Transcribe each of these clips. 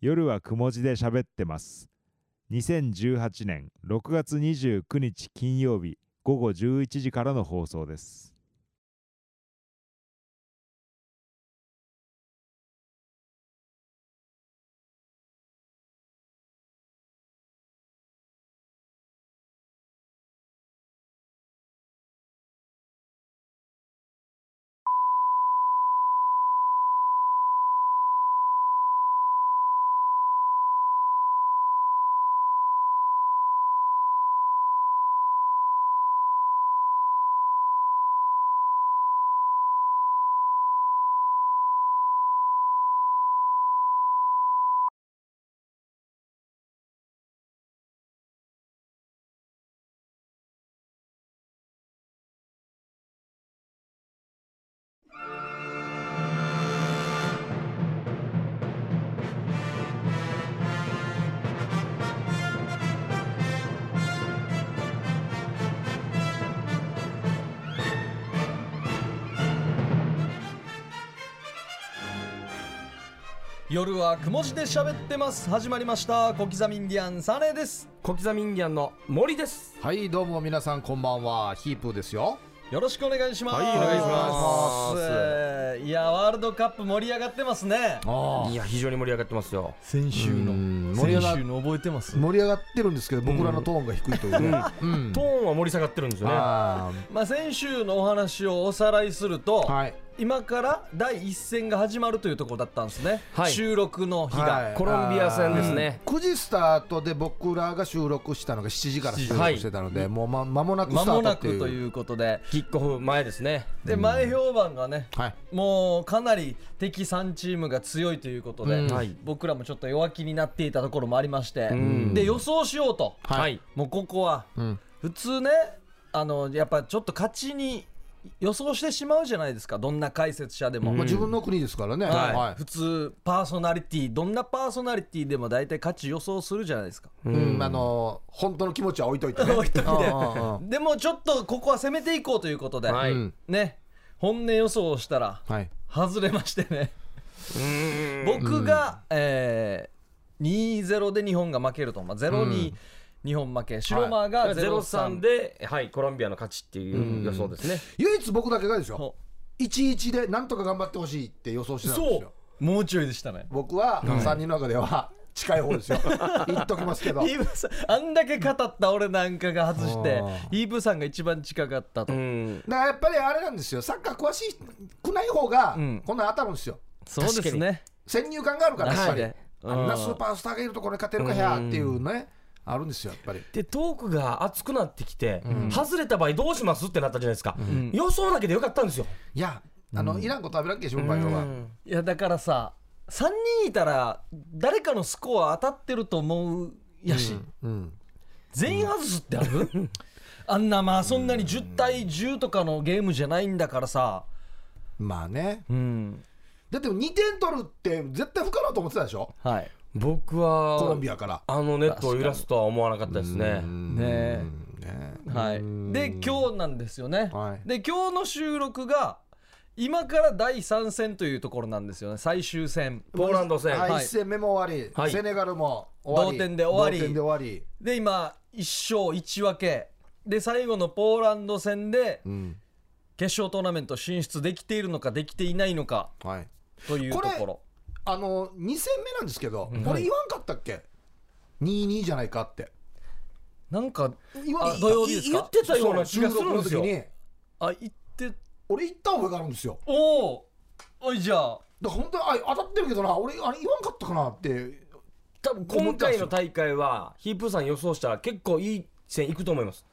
夜はくも字で喋ってます。2018年6月29日金曜日午後11時からの放送です。夜はくも字で喋ってます始まりました小刻みインディアンサネです小刻みインディアンの森ですはいどうも皆さんこんばんはヒープーですよよろしくお願いします、はいお願いしますえーいやワールドカップ盛り上がってますねあいや非常に盛り上がってますよ先週のうん盛り上が先週の覚えてます盛り上がってるんですけど僕らのトーンが低いというねうんトーンは盛り下がってるんですよねあまあ先週のお話をおさらいすると、ーはい今から第一戦が始まるというところだったんですね、はい収録の日が、はいコロンビア戦ですね9時スタートで僕らが収録したのが7時から収録してたので、もうま間もなく間スタもートなっていくうということでキックオフ前ですねで前評判がね、はいもうかなり敵3チームが強いということで、うんはい僕らもちょっと弱気になっていたところもありまして、んで予想しようと、はい、もうここは、ん普通ねあのやっぱちょっと勝ちに予想してしまうじゃないですかどんな解説者でも、まあ、自分の国ですからね、はいはい普通パーソナリティどんなパーソナリティでも大体勝ち予想するじゃないですか、うんあのー本当の気持ちは置いといてね置いといてうんうんうんでもちょっとここは攻めていこうということで、はいううんんね本音予想をしたらはい外れましてね僕が、えー、2-0で日本が負けると、まあ、0-2日本負け、シロマーがゼロ三0-3で、で、はい、コロンビアの勝ちっていう予想ですね。唯一僕だけがですよそ11でなんとか頑張ってほしいって予想してたんですそようもうちょいでしたね僕は3人の中では近い方ですよ言っときますけどイーブさんあんだけ語った俺なんかが外してあイーブさんが一番近かったと、うん、だからやっぱりあれなんですよ、サッカー詳しくない方が、こんなん当たるんですよ、そうですね先入観があるから、やっぱり、はいあんなスーパースターがいるところに勝てるかやっていうね、あるんですよ、やっぱり。で、トークが熱くなってきて、外れた場合どうしますってなったじゃないですか。予想だけでよかったんですよ。いや、あのいらんことはべらんけしょ、バイオは。いやだからさ3人いたら誰かのスコア当たってると思うやし、うん全員外すってある、 あんなまあそんなに10対10とかのゲームじゃないんだからさまあね、うんだって2点取るって絶対不可能と思ってたでしょ、はい僕コロはンビアから。あのネットを揺らすとは思わなかったですね。ねえねはい、で今日なんですよね、はいで今日の収録が今から第3戦というところなんですよね最終戦ポーランド戦、はいはい一戦目も終わり、はいセネガルも終わり同点で終わり同点で終わりで今1勝1分けで最後のポーランド戦でうん決勝トーナメント進出できているのかできていないのかはい、というとこれころあの2戦目なんですけど、これ言わんかったっけ2-2じゃないかってなんか言わあ土曜日ですか言ってたような気がするんですよ収録の時。にあ言って俺行った覚えがあるんですよおおおいじゃあだから本当にあ当たってるけどな俺あれ言わんかったかなって多分今回の大会はヒープーさん予想したら結構いい線いくと思います。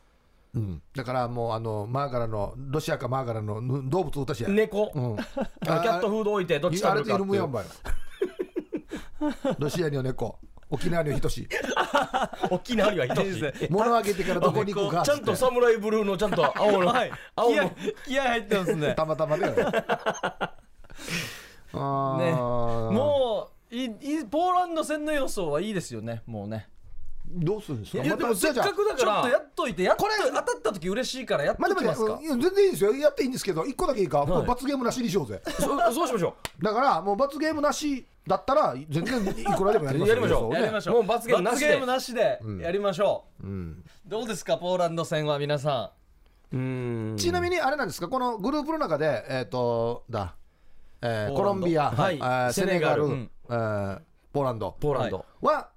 うんだからもうあのマーガラのロシアかマーガラのぬ動物を打たしや、猫、うん、あのキャットフード置いてどっちあ食べるかってれでイルムいヤンうバよ ロシアには猫沖縄には人志沖縄には等しい物をあげてからどこに行くかっちつゃってんとサムライブルーのちゃんと 青の、はい青気合の気合入ってます ねたまたまねねあーもういいポーランド戦の予想はいいですよねもうねどうするんですかいやでもせっかくだちょっかとやらっといてやっと当たった時嬉しいからやっとまあでもきね、ますか、うんいや全然いいですよ、やっていいんですけど、一個だけいいか、もう罰ゲームなしにしようぜ。そそうしましょだから、もう罰ゲームなしだったら全然いくらでもやりま しょうやりましょう予想ねやりましょうもう罰ゲームなしで罰ゲームなしでうんやりましょう、うんどうですかポーランド戦は皆さうんちなみにあれなんですか、このグループの中で、えっ、と、だ、えーポーランドコロンビア、はいえーセセネネガガル、ルうんえーポーランドポーランド、はは、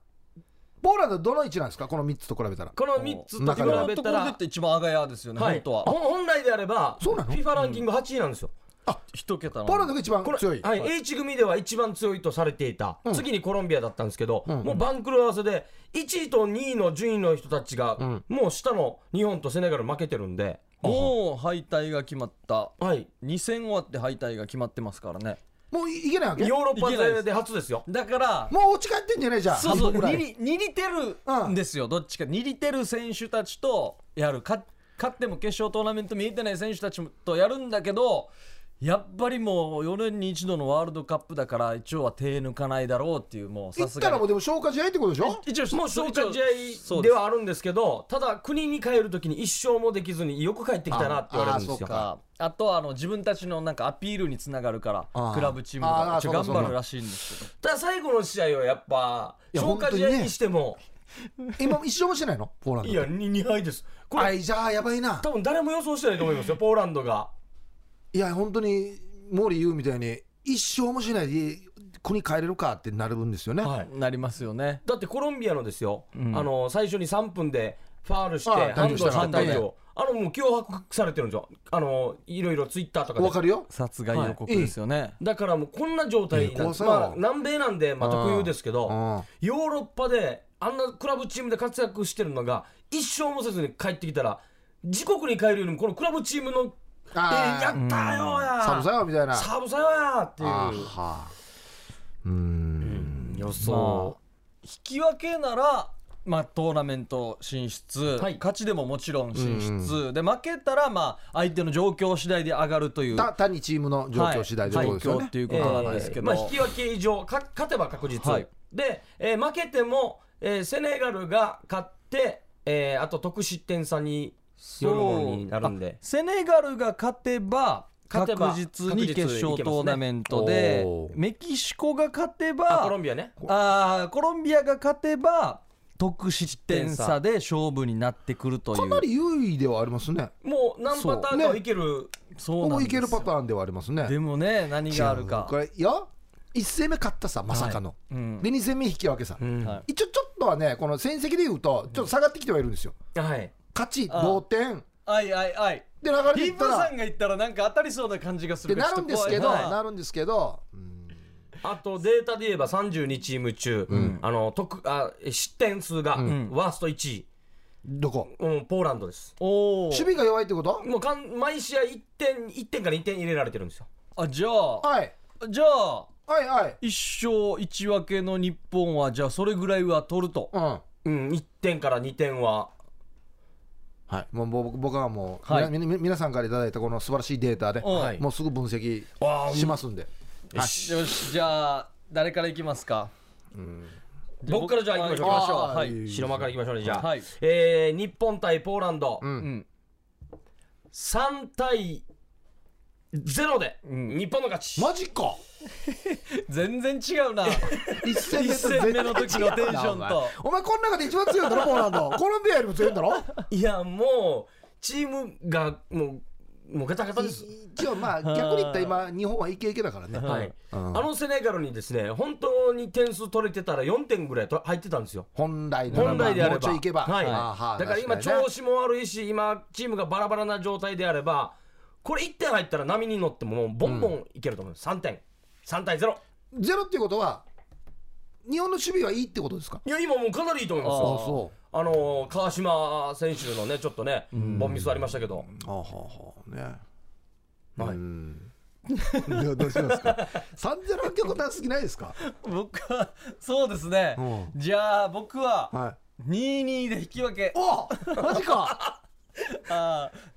ポーランドどの位置なんですか、この3つと比べたら。この3つと比べとこたろでっらて一番アガヤですよね、はい本当はほん本来であればそうなの FIFA ランキング8位なんですよ一桁なのポーランドが一番これ強い。はい、H 組では一番強いとされていた、うん次にコロンビアだったんですけど、うんもう番狂わせで1位と2位の順位の人たちが、んもう下の日本とセネガル負けてるんで、もう敗退が決まったはい、 2戦終わって敗退が決まってますからねもういいけないわけヨーもロッパ勢で初ですよ。だからう落ち帰ってんじゃねえじゃん、そうそう半分ぐらいににりてるんですよ、どっちかにりてる選手たちとやるか勝っても決勝トーナメント見えてない選手たちとやるんだけどやっぱりもう4年に一度のワールドカップだから一応は手抜かないだろうっていうもう行さっすたがらもにうでも消化試合ってことでしょ一応もう消化試そ合うですはあるんですけど、ただ国に帰るときに一勝もできずによく帰ってきたなって言われるんですああそうよか。ああとはあの自分たちのなんかアピールにつながるかあらあクラブチームとあかあちょそうか頑そうか張るらしいんですけどただ最後の試合はやっぱ、いや消化試本当に合ねにしても、今、一勝もしてないの、ポーランド。いや、2, 敗です。こあれ、いじゃあ、やばいな。多分誰も予想してないと思いますよ、ポーランドが。いや、本当に、モーリー言うみたいに、一勝もしないで国帰れるかってなるんですよね。はいなりますよねだってコロンビアのですよ、んあの最初に3分でファールして、ああハンドしたハンドね退場、あのもう脅迫されてるんですよ、あのいろいろツイッターとかわかで。るよ。殺害予告ですよね、だからもうこんな状態になええ怖っさて、よまあ、南米なんで、まあ、特有ですけうど、んヨーロッパであんなクラブチームで活躍してるのが、一勝もせずに帰ってきたら、自国に帰るよりも、このクラブチームの、えあーーやったーよーやー、サブサよみたいな。サブサよーやーってあいうはうーんうん予ま想あ、引き分けなら、まあ、トーナメント進出、はい勝ちでももちろん進出、で負けたら、まあ、相手の状況次第で上がるというた単にチームの状況次第ということですはよい状況ねって。いうことなんですけど、えーまあ、引き分け以上か勝てば確実、はいで、えー負けても、えーセネガルが勝って、えーあと得失点差にそようるものになるんであセネガルが勝てば勝てば確実に決勝トーナメント確実にいけで、ますねおーメキシコが勝てあコばロンビアねあーコロンビアが勝てば得失点差で勝負になってくるというかなり優位ではありますね。もう何パターンかはいける、そうほなぼんいですけよるパターンではあります ね。でもね何があるこか、れいや一戦目勝ったさまさかの。うんで二戦目引き分けさ。うんは一応ちょっとはねこの戦績で言うとちょっと下がってきてはいるんですよ。はい勝ちああ同点あいあいあいで流れてヒいーっプたーさらんが言ったらなんか当たりそうな感じがすでるなるんですけちょどっと怖いなるんですけど。うんあとデータで言えば32チーム中、あの得あ失点数がんワースト1位、どこ？うん、ポーランドですおお守備が弱いってこと？もうかん毎試合1点1点から2点入れられてるんですよあじゃあはいじゃあはいはい。一勝一分けの日本はじゃあそれぐらいは取るとうんは。うん、1点から2点はいもう僕僕はもう、はいみなみな皆さんからいただいたこの素晴らしいデータで、うんはいもうすぐ分析わあしますんで。よしよしじゃあ誰からいきますか僕からじゃあ行きましょう行きましょうあーはいいい白間からいきましょうねじゃあ、はいえー日本対ポーランド、うん3対0でん日本の勝ち、マジか全然違う な一戦一戦目の時のテンションとお前この中で一番強いんだろポーランドコロンビアよりも強いんだろいやもうチームがもうもうガタガタです一応まあ逆に言ったら今日本はイケイケだからねはい、うんあのセネガルにですね本当に点数取れてたら4点ぐらいと入ってたんですよ本来ならば本来であれもうちばょいいけばはいあーはーだから今確かにね調子も悪いし今チームがバラバラな状態であればこれ1点入ったら波に乗ってももうボンボンいけると思います、3点3対0ゼロっていうことは日本の守備はいいってことですかいや今もうかなりいいと思いますあよーうあのー川島選手のね、ちょっとね、ボンミスありましたけど、あーはーはーねはいうんいやどうしますか三ゼロっていうことは好きないですか僕はそうですねうじゃあ僕ははい22で引き分けおマジかあー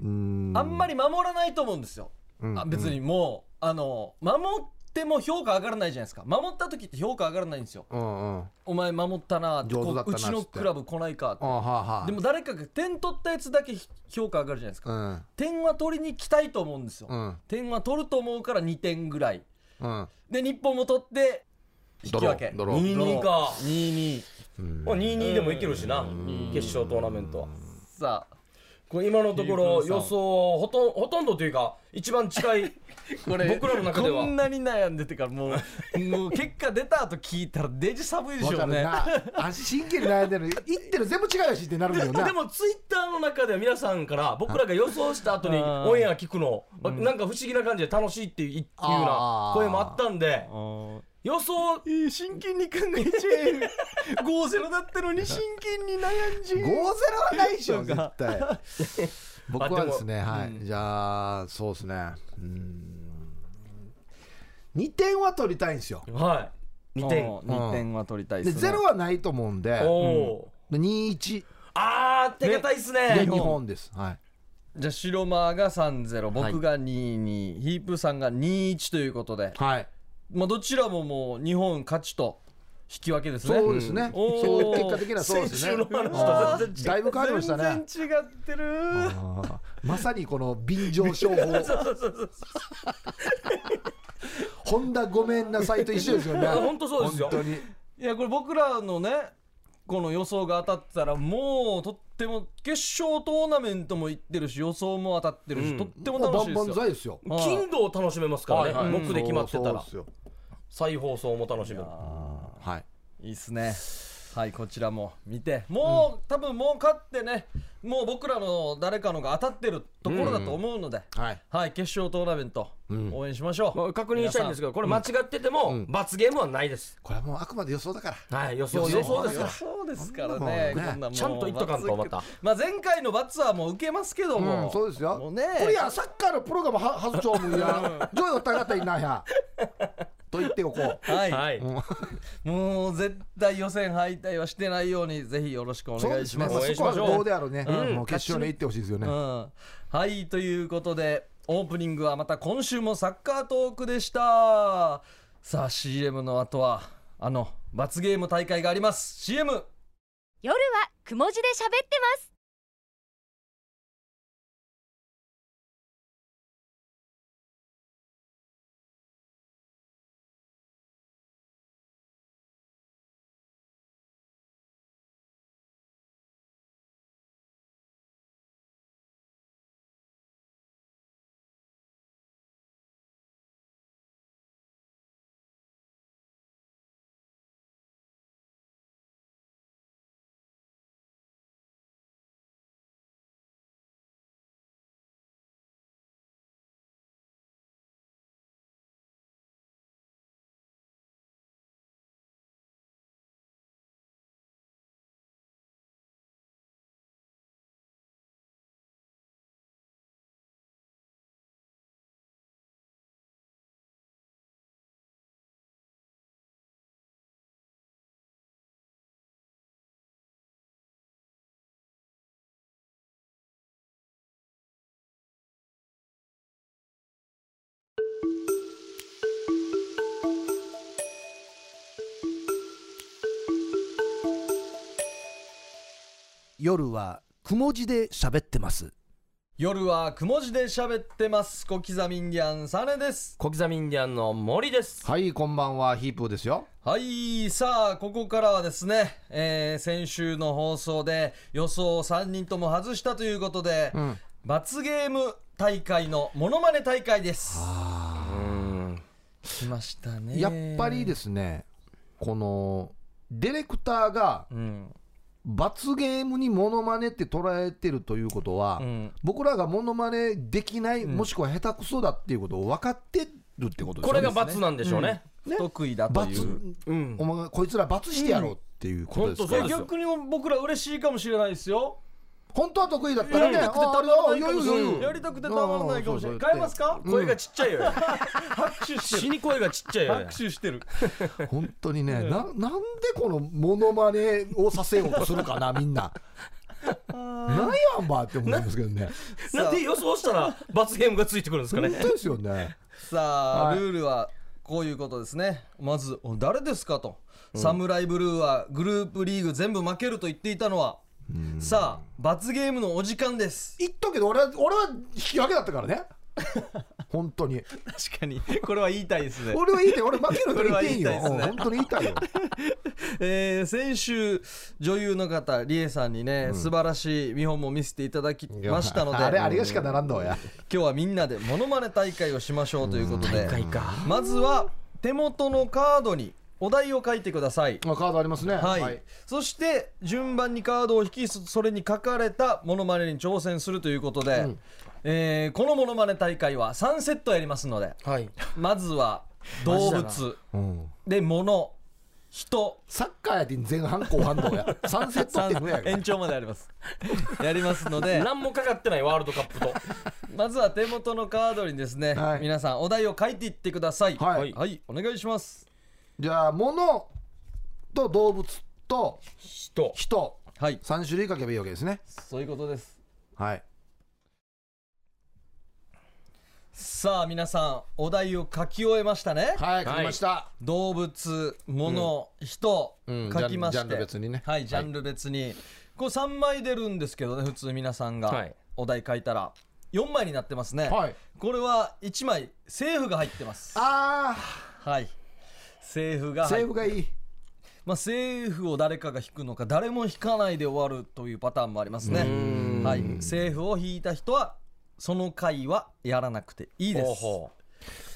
うんあんまり守らないと思うんですよ、んあ別にもうあの守っても評価上がらないじゃないですか守った時って評価上がらないんですようんうんあお前守ったな上手だったなこううちのクラブ来ないかーはーはーでも誰かが点取ったやつだけ評価上がるじゃないですか、うん点は取りに来たいと思うんですよ、うん点は取ると思うから2点ぐらいうんで日本も取って引き分けドロードロー2-2か。 2-2まあ2-2でもいけるしな、決勝トーナメントは。さあこれ今のところいい空予間想ほとんほとんどというか一番 近いこれ僕らの中ではこんなに悩んでてからもう もう結果出た後聞いたらデジ寒いでしわょかうるねな足神経に悩んでるの言ってる全部違うやしってなるんだよなでもツイッターの中では皆さんから僕らが予想した後にあーオンエア聞くの、まあなんか不思議な感じで楽しいっていういうようなあー声もあったんで予想えー真剣に考えちゃえ5-0だったのに真剣に悩んじ5-0はないでしょそう絶か対僕はですねはい、うんじゃあそうですねうん2点は取りたいんですよはい2点2点は取りたいでですね0はないと思うんでおおで21ー、あー手堅いっすでね日本ですはいじゃあ白間が3-0僕が2-2、ヒープさんが2-1ということで、はいまあ、どちらももう日本勝ちと引き分けですねそうですね、おーそう結果的にはそうですね先週の話とうんだいぶ変わりましたね全然違ってるあーまさにこの便乗商法 本田ごめんなさいと一緒ですよねいや本当そうですよ本当にいやこれ僕らのねこの予想が当たってたらもうとっても決勝トーナメントも行ってるし予想も当たってるし、うんとってももう楽バしンいバでンすよ剤ですよはい 金土を楽しめますからね、はいはい僕で決まってたそうらですよ再放送も楽しめるはいいいっすねはいこちらも見てもう、多分もう勝ってねもう僕らの誰かのが当たってるところだと思うので、はいはい決勝トーナメントん応援しましょう、まあ確認したいんですけどこれ間違っててうもん罰ゲームはないです、これはもうあくまで予想だからはい予想予予想想でですすかかららそうですからそんなねもんねこんなもうちゃんと言っとかんとまたまあ前回の罰はもう受けますけども、うんそうですよもうねこれやサッカーのプログラムは発 情もんやどういうお互いなんやと言っておこうはい、はい、もう絶対予選敗退はしてないようにぜひよろしく おそう願でいしすねます。そ応援しこまはしょうどうであろうねうんもう決勝に行ってほしいですようねん、はいということでオープニングはまた今週もサッカートークでしたさあ CM の後はあの罰ゲーム大会があります CM 夜はくも字で喋ってます夜はくも字で喋ってます夜はくも字で喋ってます小刻みインディアンサネです小刻みインディアンの森ですはいこんばんはヒープーですよはいさあここからはですね、えー先週の放送で予想を3人とも外したということで、ん罰ゲーム大会のモノマネ大会です来ましたねやっぱりですねこのディレクターがうん罰ゲームにモノマネって捉えてるということは、うん僕らがモノマネできない、もしくは下手くそだっていうことを分かってるってことでこすよれねが罰なんでしょうね、不得意だと罰いううんお前こいつら罰してやろうっていうことですかうら、ん本当そうですよ逆にも僕ら嬉しいかもしれないですよ本当は得意だったやらりねたくてたまらないかもしれないやりりたくてたまらないかもしれなんいうそうそう変えますか声がちっちゃ いよ拍手して死るに声がちっちゃいよ拍手してる本当にねななんでこのモノマネをさせようとするかなみ んななんやんばって思いますけどねなんで予想したら罰ゲームがついてくるんですか本ね当ですよねさあ、はいルールはこういうことですねまずお誰ですかと、サムライブルーはグループリーグ全部負けると言っていたのはさあ罰ゲームのお時間です 言っとくけど俺は俺は引き分けだったからね本当に確かにこれは言いたいですね俺は言いたい俺負けると言っていいよ、 これは言いたいですねうん本当に言いたいよえー先週女優の方理恵さんにね、素晴らしい見本も見せていただきましたのであれあれ今がしかならんのや日はみんなでモノマネ大会をしましょうということで、回かまずは手元のカードにお題を書いてくださいあカードありますねはい、そして順番にカードを引きそれに書かれたモノマネに挑戦するということで、えーこのモノマネ大会は3セットやりますのではいまずは動物うんで物人サッカーやって前半後半のや3セッ トって無 や延長までありますやりますの で何もかかってないワールドカップとまずは手元のカードにですね、はい皆さんお題を書いていってくださいはいはい、お願いしますじゃあ物と動物と人人はい3種類書けばいいわけですねそういうことですはいさあ皆さんお題を書き終えましたねはい書きました、動物物、人、うん書きましてジャンジャンル別にねはいジャンル別に、こう3枚出るんですけどね普通皆さんはがいお題書いたら4枚になってますね、はいこれは1枚政府が入ってますあはい政府があ入っセーフがいい、まあ、政府を誰かが引くのか誰も引かないで終わるというパターンもありますね、はい、政府を引いた人はその回はやらなくていいですほうほ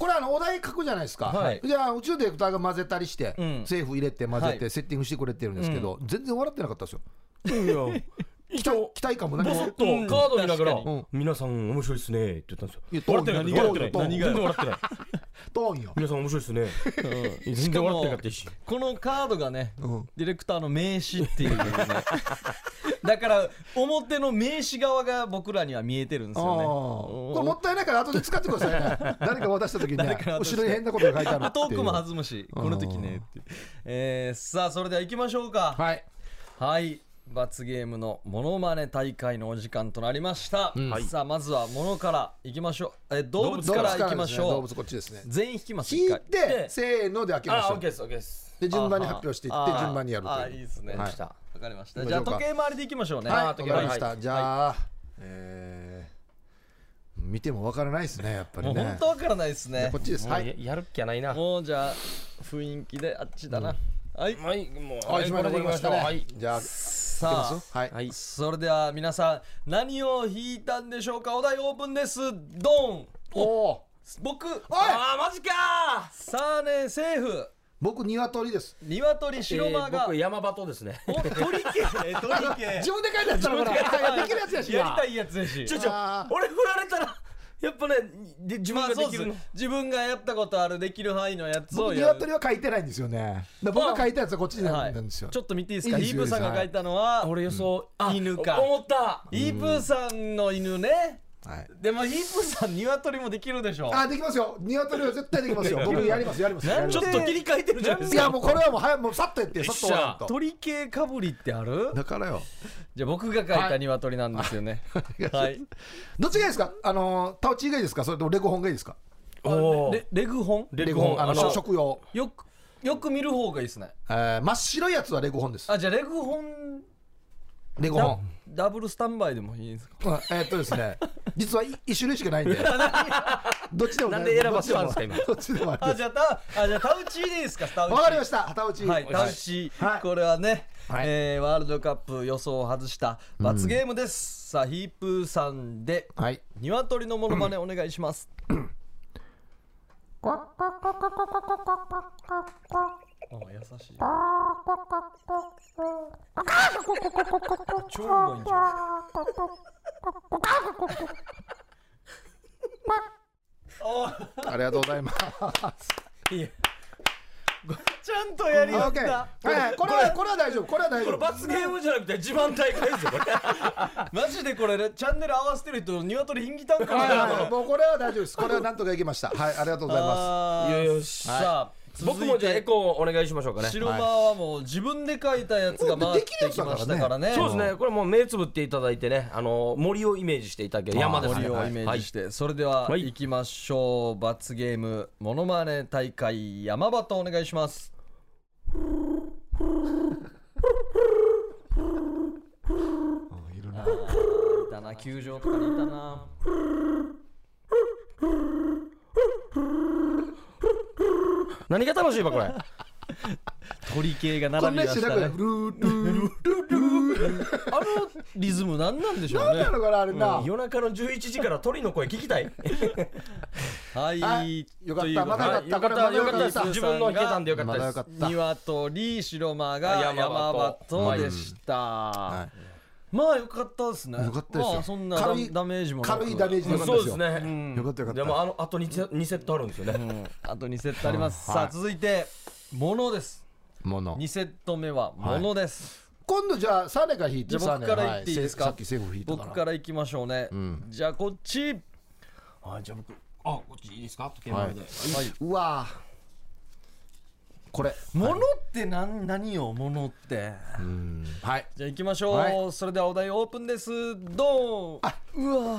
これあのお題書くじゃないですか、はいじゃあ宇宙ディレクターが混ぜたりして、うん政府入れて混ぜはていセッティングしてくれてるんですけど、全然笑ってなかったですよ期人待期待感も何ボもソッとカード見ながらうん確かにうん「皆さん面白いっすね」って言ったんいやですよ笑ってないどう笑ってどうない全然笑ってないトーンよ、皆さん面白いっすね全然笑ってなかったしこのカードがね、うんディレクターの名刺っていう ねだから表の名刺側が僕らには見えてるんであすあよこれもったいないから後で使ってくださいね誰か渡した時にね誰か渡して後ろに変なことが書いてあるねっていトうークも弾むしこの時ねっていうえーさあそれでは行きましょうかはいはい罰ゲームのモノマネ大会のお時間となりました、はいさあまずはモノからいきましょうえ動物動か物らからいきましょうですね動物こっちですね全員引きます引一い回てせーので開けまあしーょオッうケーですオッケーですで順番に発表していってあー順番にやるとあーいいいでうすね、はわいかりました行きましょうかじゃあ時計回りでいきましょうね、はいあわーか時り計回りましたはじゃあえー見てもわからないですねやっぱもうりね本当わからないですねこっちですははいいややる気はないなもうじゃあ雰囲気であっちだな、はいはいもうあ一枚これ残でりましたいきましょうはいねじゃあさ開けますあよはいはいそれでは皆さん何を引いたんでしょうかお題オープンですドンおお僕あーマジかさあねセーフ僕鶏です鶏ー白馬えーが、僕山鳩ですねお鳥系 え鳥系自分で書いたやつだろこれいやできるや つやしなやりたいやつやしちょちょあー俺振られたらやっぱねで自まあ分がそうできでるすの自分がやったことあるできる範囲のやつを僕やる鶏は書いてないんですよねだから僕が書いたやつはこっちになはるんですよい、ちょっと見ていいですかいいですヒープーさんが書いたのは、俺予想あ犬か思ったヒープーさんの犬ねはいでもヒープーさん鶏もできるでしょあできますよ鶏は絶対できますよ僕やりますやりますなんでちょっと切り替えてるじゃないでいすやかもうこれはもう早いもうさっとやってよさっと終わらんと鳥系かぶりってあるだからよじゃあ僕が書いた鶏なんですよねは、はいどっちがいいですかあのータオチがいいですかそれともレゴホンがいいですかおーレレグホンレゴホンあのあの食用よくよく見る方がいいですねえー真っ白いやつはレゴホンですあじゃあレグホンレゴダホダブルスタンバイでもいいですかンうんえーっとですね実は1種類しかないんでどっちでもなんで選ばせたんですか今どっちでもあありでじゃあタあじゃあタウチーでいいですかタウチーすわかりましたタオチはい、男子、はいこれはね、はいえーワールドカップ予想を外した罰ゲームです、さあヒープーさんではい鶏のモノマネお願いします、あ優しい超うまいんじゃんありがとうございますちゃんとやりオまッしケーたはいこれはこれは大丈夫これは大丈夫罰ゲームじゃなくて自慢大会ですよこれ マジでこれねチャンネル合わせてる人鶏ひんぎたんかなはいはいもうこれは大丈夫ですこれはなんとかいきましたはいありがとうございますあーよしさあ僕もじゃあエコーお願いしましょうかね白馬はもう自分で書いたやつが回ってきましたからね。そうですねこれもう目つぶっていただいてねあの森をイメージしていただけ山ですね森をイメージして、それでははい行きましょう。罰ゲームモノマネ大会山端お願いします。いるな。いたな球場とかにいたな。何が楽しいわこれ鳥系がこん並びなまししたながらねルールールーあのリズム何なんでしょう何ねなのかなあれな、夜中の11時から鳥の声聞きたいはい、はいよかったということまだだでっよかたったよよかったでかったす自分の弾けたんでよかったまだでよすかった、鶏白間が山山鳩トでした、はまあよかったですねよかったですよまあそんなダ軽いダメージもなく軽いダメージでよかったそでうすでよすね、うんよかったよかったでもあのあと 2, セットあるんですよね、うんあと2セットあります、うんはさいあ続いて物ですもの2セット目は物です、今度じゃあサネが引いてじゃあ僕から言っていいですかサネはいせさっきセーフ引いたから僕からいきましょうね、んじゃあこっちあじゃあ僕あこっちいいですか時計回りで、うわーこれ物って何,、何よ物ってうんはいじゃあ行きましょう、はそれではお題オープンですドーンうわ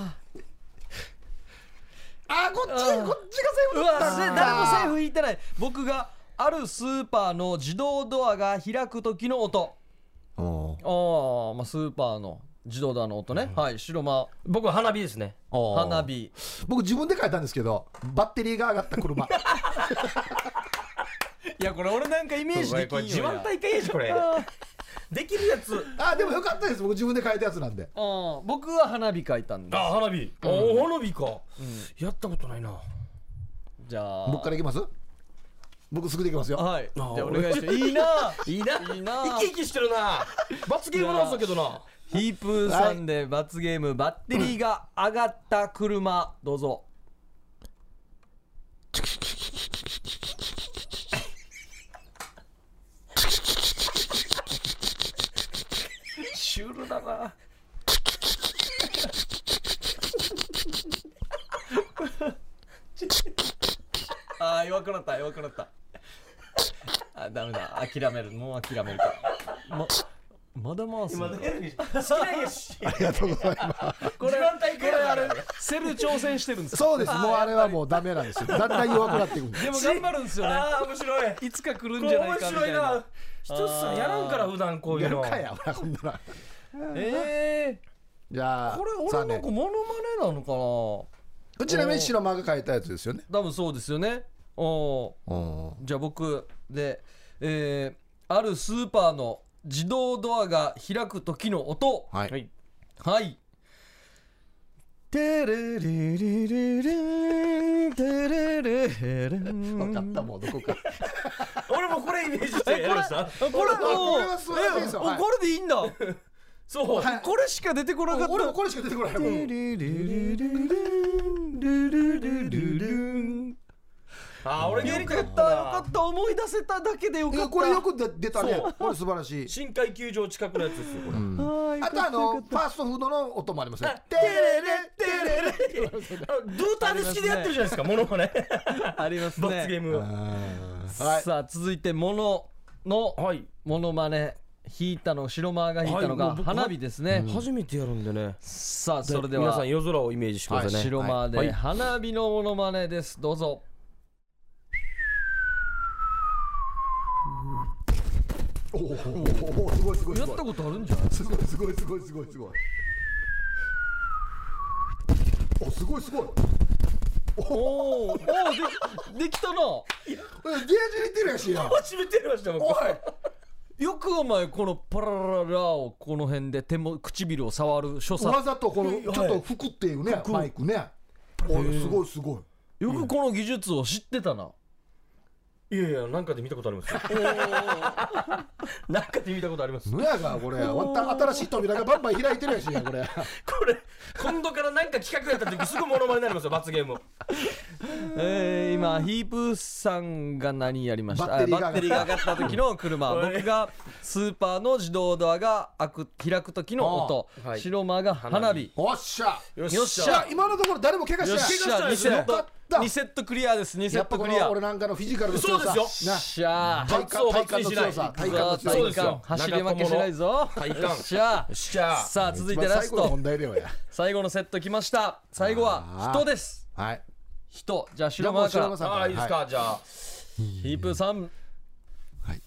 あこっちあーこっちうがセーフだわったせ誰もセーフ引いてない僕があるスーパーの自動ドアが開く時の音おーああまあスーパーの自動ドアの音ね、はい白間僕は花火ですねおー花火僕自分で書いたんですけどバッテリーが上がった 車いやこれ俺なんかイメージでこれき自んよ慢や大会やしこれあできるやつあでもよかったです僕自分で書いたやつなんでーうん僕は花火描いたんであ花火、あお花火か、やったことないなじゃあ僕からいきます僕すぐできますよはいじゃああお願いしますいいないいないいな生き生きしてるな罰ゲームなんだけどなヒープーさんで罰ゲームバッテリーが上がった車どうぞシュールだなあー弱くなった弱くなったあダメだ諦めるもう諦めるからままだ回すのありがとうございますこれ団体これあれセル挑戦してるんですかそうですもうあれはもうダメなんですよだんだん弱くなっていくんででも頑張るんですよねあー面白いいつか来るん面じゃないかみ白たいいなな一つさんやらんから普段こういやうるのかやほらこんならええじゃあこれさあ俺ねの子モノマネなのちなみに白間が書いたやつですよねかな多分そうですよねおーおじゃあ僕でえー、あるスーパーの自動ドアが開く時の音ーはいはいはい。テレレレレレンテレレレレン分かったもうどこか俺もこれイメージしてえやこれりましたこれもこうれは素晴らしいですよえはいこれでいいんだ、そうはいこれしか出てこなかった俺もこれしか出てこないもんあー俺 よよかかったよったかった思い出せただけでよかったこれよく出出たねそうこれ素晴らしい深海球場近くのやつですよこれ、はいあとあのファーストフードの音もありますねテテレレテレレドゥーターで好きでやってるじゃないですかものもねありますね罰ゲームははいさあ続いてもののはいものまね引いたの白間が引いたのはいもがう僕花火ですね、初めてやるんでねさあそれで皆さはん夜空をイメージしてくださいね、白間はでい花火のものまねですどうぞおおおおすごいすごいやすっごいたことあるんじゃないすごいすごいすごいすごいすごいおすごいすごいおおーおーでできたなえゲージ似てるやしや初めてやりました僕おいよくお前このパララララをこの辺で手も唇を触る所わ作ざとこのちょっと服っていうねマイクねおいすごいすごいよくこの技術を知ってたない やいやなんかで見たことあり ますよなんかで見たことありますのやがこれわった新しい扉がバンバン開いてるやしやこ れこれ今度からなんか企画やった時すぐモノマネになりますよ罰ゲームえー、今ヒープーさんが何やりましたバッテリーがあバッテリーが上がった時の車おい僕がスーパーの自動ドアが開く開く時の音、あーはい白間が花火花火おっしゃよよっしじゃゃあ今のところ誰も怪我よっしてしないゃ2セよッかトった2セットクリアです2セやッっぱトこクリアのよ俺なんかのフィジカルの強さそうですよなっしゃー体発想幹を体発揮幹のしない強さ体幹の強さそう体です幹走より負けしないぞ体幹よっしゃーしゃさあ続いて一番ラ最ス後のト問題だよや最後のセットきました最後はあー人ですはい人じゃあじ白ゃあも間う白か間さんあかあらいいですか、はじゃあらヒープーさんはい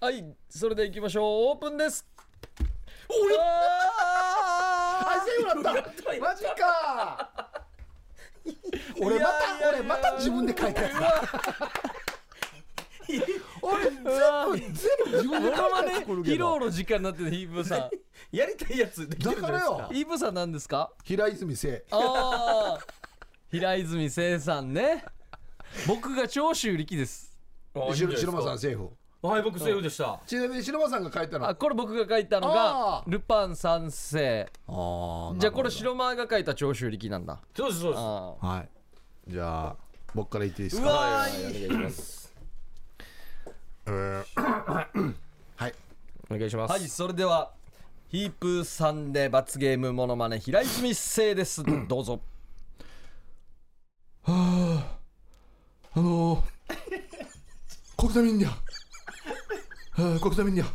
はいそれでいきましょうオープンです俺ああセーフだったマジか俺まいやたいやいや俺また自分で書いたやつだ俺全部全部自分モでノ書マいたネやつ作る披け露どの時間になっててイブさやりたいやつできてだるじゃかないらですかよんイブさんなんですか平泉聖ああ平泉聖さんね僕が長州力ですあいいんじゃないです白か間さんセーフはい僕セーフでしたちなみに白間さんが書いたのあこれ僕が書いたのあがールパン三世あーじゃあこれなる白間が書いた長州力なんだそうですそうですあほどはいじゃあ僕から言っていいですーうかわはいーいいお願いしますはいお願いしますはいそれではヒープーさんで罰ゲームモノマネ平泉聖ですどうぞあのー、国際メディア、えー、国際メディア、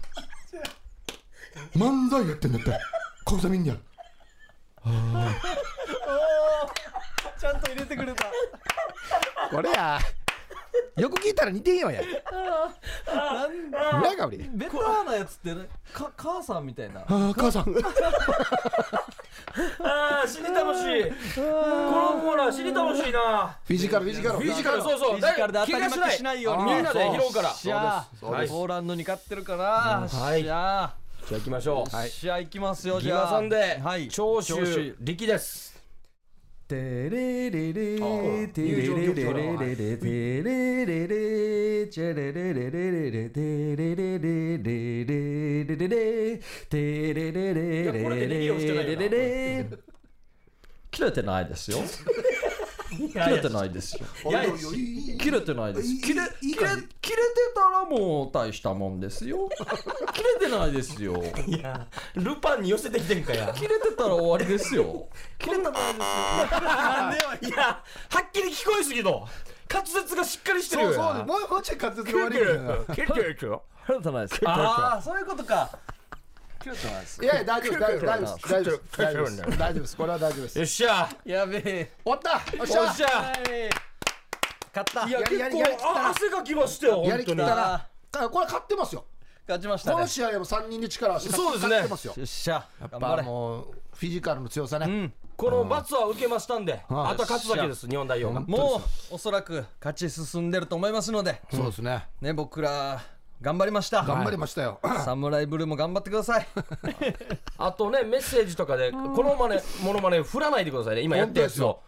漫才やってんだって、国際メディア。ちゃんと入れてくれたこれや、よく聞いたら似てんよや。なんないかぶり。ベターなやつってねか母さんみたいなああ、母さん。ああ死に楽しいこのコーナー死に楽しいなフィジカル、フィジカル。フィジカルそうそうフィジカルで当たり怪負我けしないようにみんなでそう拾うからしゃあそうですポーランドに勝ってるからはいしゃあじゃあ行きましょうよっしゃあ行きますよギじゃガあさんではい長州力ですテレレレテレレレレレテレレレチェレレレレレレテレレレレレレレレテレレレレレレレレレ切れてないですよ切れてないですよいやいやいや切れてないです切れいい切れ感じ切れてたらもう大したもんですよ 切れてないですよいやルパンに寄せてきてんかや切れてたら終わりですよ切れたらいやはっきり聞こえすぎど滑舌がしっかりしてるそようそう、もう、もうちょい滑舌が悪いけど。切れてるよ切れてないですああそういうことか切れてないですいやいや、大丈夫、大丈夫、大丈夫、大丈夫、大丈夫です、大丈夫です、これは大丈夫です。終っしゃやべえわった、よっしよっゃし。ゃ勝ったいやや結りやり構やりきったなあ汗がきましたよや本当りきっにた本な。あこれ勝ってますよ。勝ちましたこねのよ試合は三人で力をしそうですね勝ってますよ。っしゃや頑っ張ぱれもうフィジカルの強さね、この罰は受けましたんではいあとは勝つだけです日本代表がもうおそらく勝ち進んでると思いますのでそうですねね僕ら頑張りました頑張りましたよ、サムライブルーも頑張ってくださいあとねメッセージとかでこのマネモノマネ振らないでくださいね今やったやつを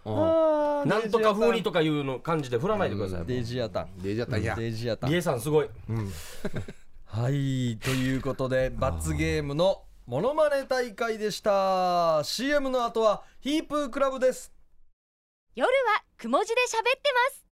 なんとか風にとかいうの感じで振らないでくださいデイジーアタンデイジャタンやデイジーアタンリエさんすごいはいということで罰ゲームのモノマネ大会でした CM の後はヒープークラブです夜はくも字で喋ってます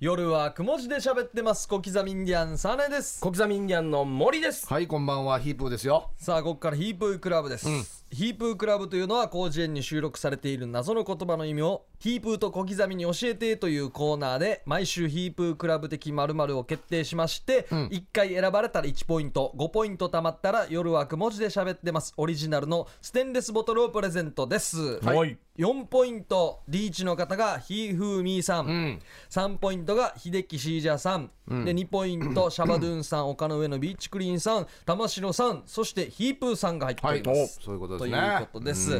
夜はくも字で喋ってます小刻みインディアンサネです小刻みインディアンの森ですはいこんばんはヒープーですよさあここからヒープークラブです、ヒープークラブというのは広辞苑に収録されている謎の言葉の意味をヒープーと小刻みに教えてというコーナーで毎週ヒープークラブ的〇〇を決定しまして、1回選ばれたら1ポイント5ポイント貯まったら夜はく文字で喋ってますオリジナルのステンレスボトルをプレゼントです、はい4ポイントリーチの方がひーふーみーさん、3ポイントが秀樹シージャーさん、で2ポイントシャバドゥンさん丘の上のビーチクリーンさん玉城さんそしてヒープーさんが入っております、そういうこととでいすうねことです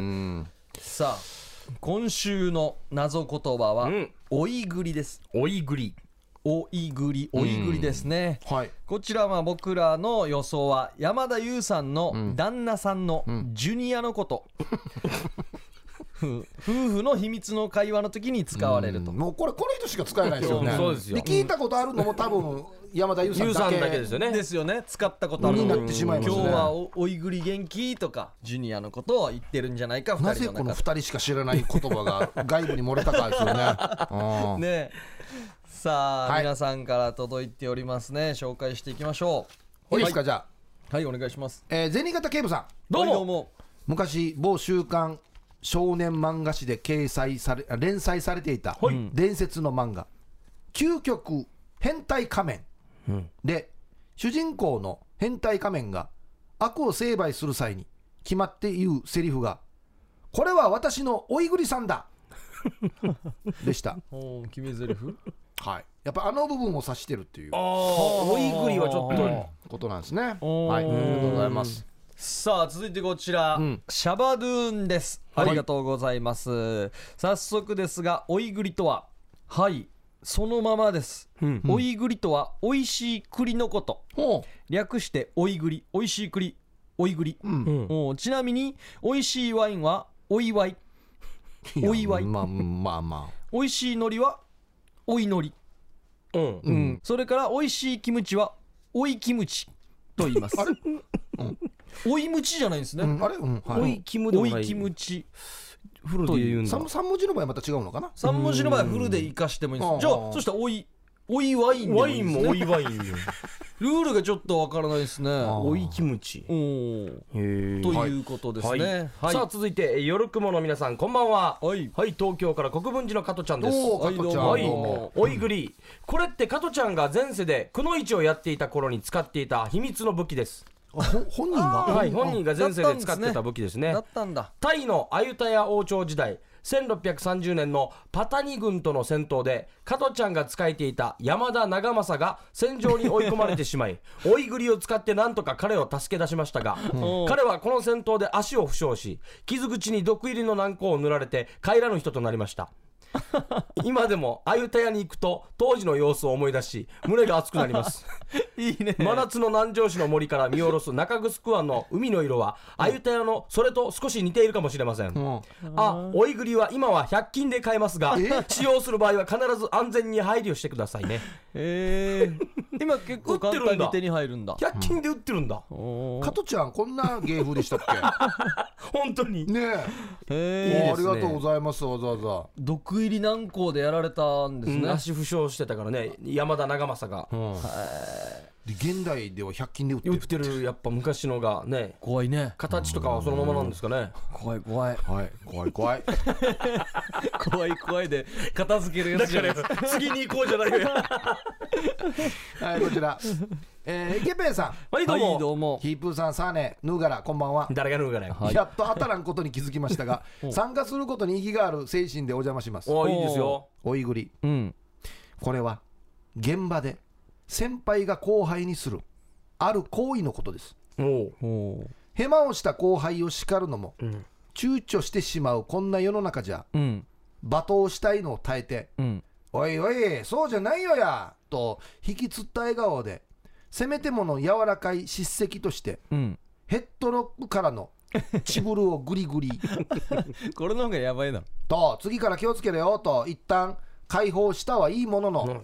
さあ今週の謎言葉はうん「追いぐり」ですおいぐり追いぐり追いぐりですね、はいこちらは僕らの予想は山田優さんの旦那さんのジュニアのこと、ふ夫婦の秘密の会話の時に使われると、もうこれこの人しか使えないですよねそうそうですよ聞いたことあるのも多分山田優さゆんうさだけんだけですよねですよね使ったことあるになってしまいますね今日はお追いぐり元気とかジュニアのことを言ってるんじゃないかな2ぜ人このの中二人しか知らない言葉が外部に漏れたかです よねうんでねさあ、はい皆さんから届いておりますね紹介していきましょいいですかじゃあうはいお願いしますえー銭形警部さんどうもはいどうも昔某週刊少年漫画誌で掲載されあ連載されていた伝説の漫画「究極変態仮面」で主人公の変態仮面が悪を成敗する際に決まって言うセリフが「これは私のおいぐりさん だ」でしたおー決め台詞はいやっぱあの部分を指してるっていうああおいぐりはちょっとことなんですねおーはいありがとうございますさあ続いてこちら、んシャバドゥーンですありがとうございます、早速ですがおいぐりとははいそのままです、おいぐりとは美味しい栗のことほ略しておいぐり美味しい栗おいぐり、おちなみに美味しいワインはお祝いうやお祝いまあまあま美味しい海苔はお祈り、うんあうんそれから美味しいキムチはおいキムチと言いますおいムチじゃないんですね、うんあれうんはいおいキムでもおないいキムチフルで言うんだ三三文字の場合また違うのかな。三文字の場合はフルで生かしてもいいんですうんじゃあああそしたらおいおいワインでもワいイいでンすもおね祝いよル ールがちょっとわからないですねおおいキムチーへえということですねはいさあ続いて夜雲の皆さんこんばんははいはい東京から国分寺の加トちゃんですおお、は加いトちゃん。はいどうももおいぐりこれって加トちゃんが前世でくのいちをやっていた頃に使っていた秘密の武器ですあほ本人が。はい本人が前世で使ってた武器ですねだったんだタイのアユタヤ王朝時代1630年のパタニ軍との戦闘で加トちゃんが使えていた山田長政が戦場に追い込まれてしまい 追いぐりを使ってなんとか彼を助け出しましたが彼はこの戦闘で足を負傷し傷口に毒入りの軟膏を塗られて帰らぬ人となりました今でもアユタヤに行くと当時の様子を思い出し胸が熱くなりますいいね真夏の南城市の森から見下ろす中城湾の海の色はアユタヤのそれと少し似ているかもしれません、うんあおいぐりは今は100均で買えますがえ使用する場合は必ず安全に配慮してくださいねええ今結構簡単に手に入るんだ100均で売ってるんだ、おー加トちゃんこんな芸風でしたっ本当に け。ねへええ。いいもですねうありがとうございます。わざわざ。毒入り軟膏でやられたんですね足負傷してたからね山田長政がで現代では百均で売って売っる。てるやっぱ昔のがね怖いね形とかはそのままなんですかね怖い怖いはい。怖 い怖い。怖い怖いで片付けるやつじゃないですか次に行こうじゃないよはいこちら。えー、イケペンさはいどうも,、はいどうもん、ヒープーさん、サーネ、ヌーガラ、こんばんは。誰が脱ぐからよ、はいやっと当たらんことに気づきまし たが、参加することに意義がある精神でお邪魔します。おいいですよおいぐり、うんこれは現場で先輩が後輩にするある行為のことです。おおおーヘマをした後輩を叱るのも、ん躊躇してしまうこんな世の中じゃうん罵倒したいのを耐えてうん「おいおいそうじゃないよや!」と引きつった笑顔でせめてもの柔らかい叱責としてうんヘッドロックか らのチブルをグリグリこれの方がやばいなと次から気をつけろよと一旦解放したはいいものの、うん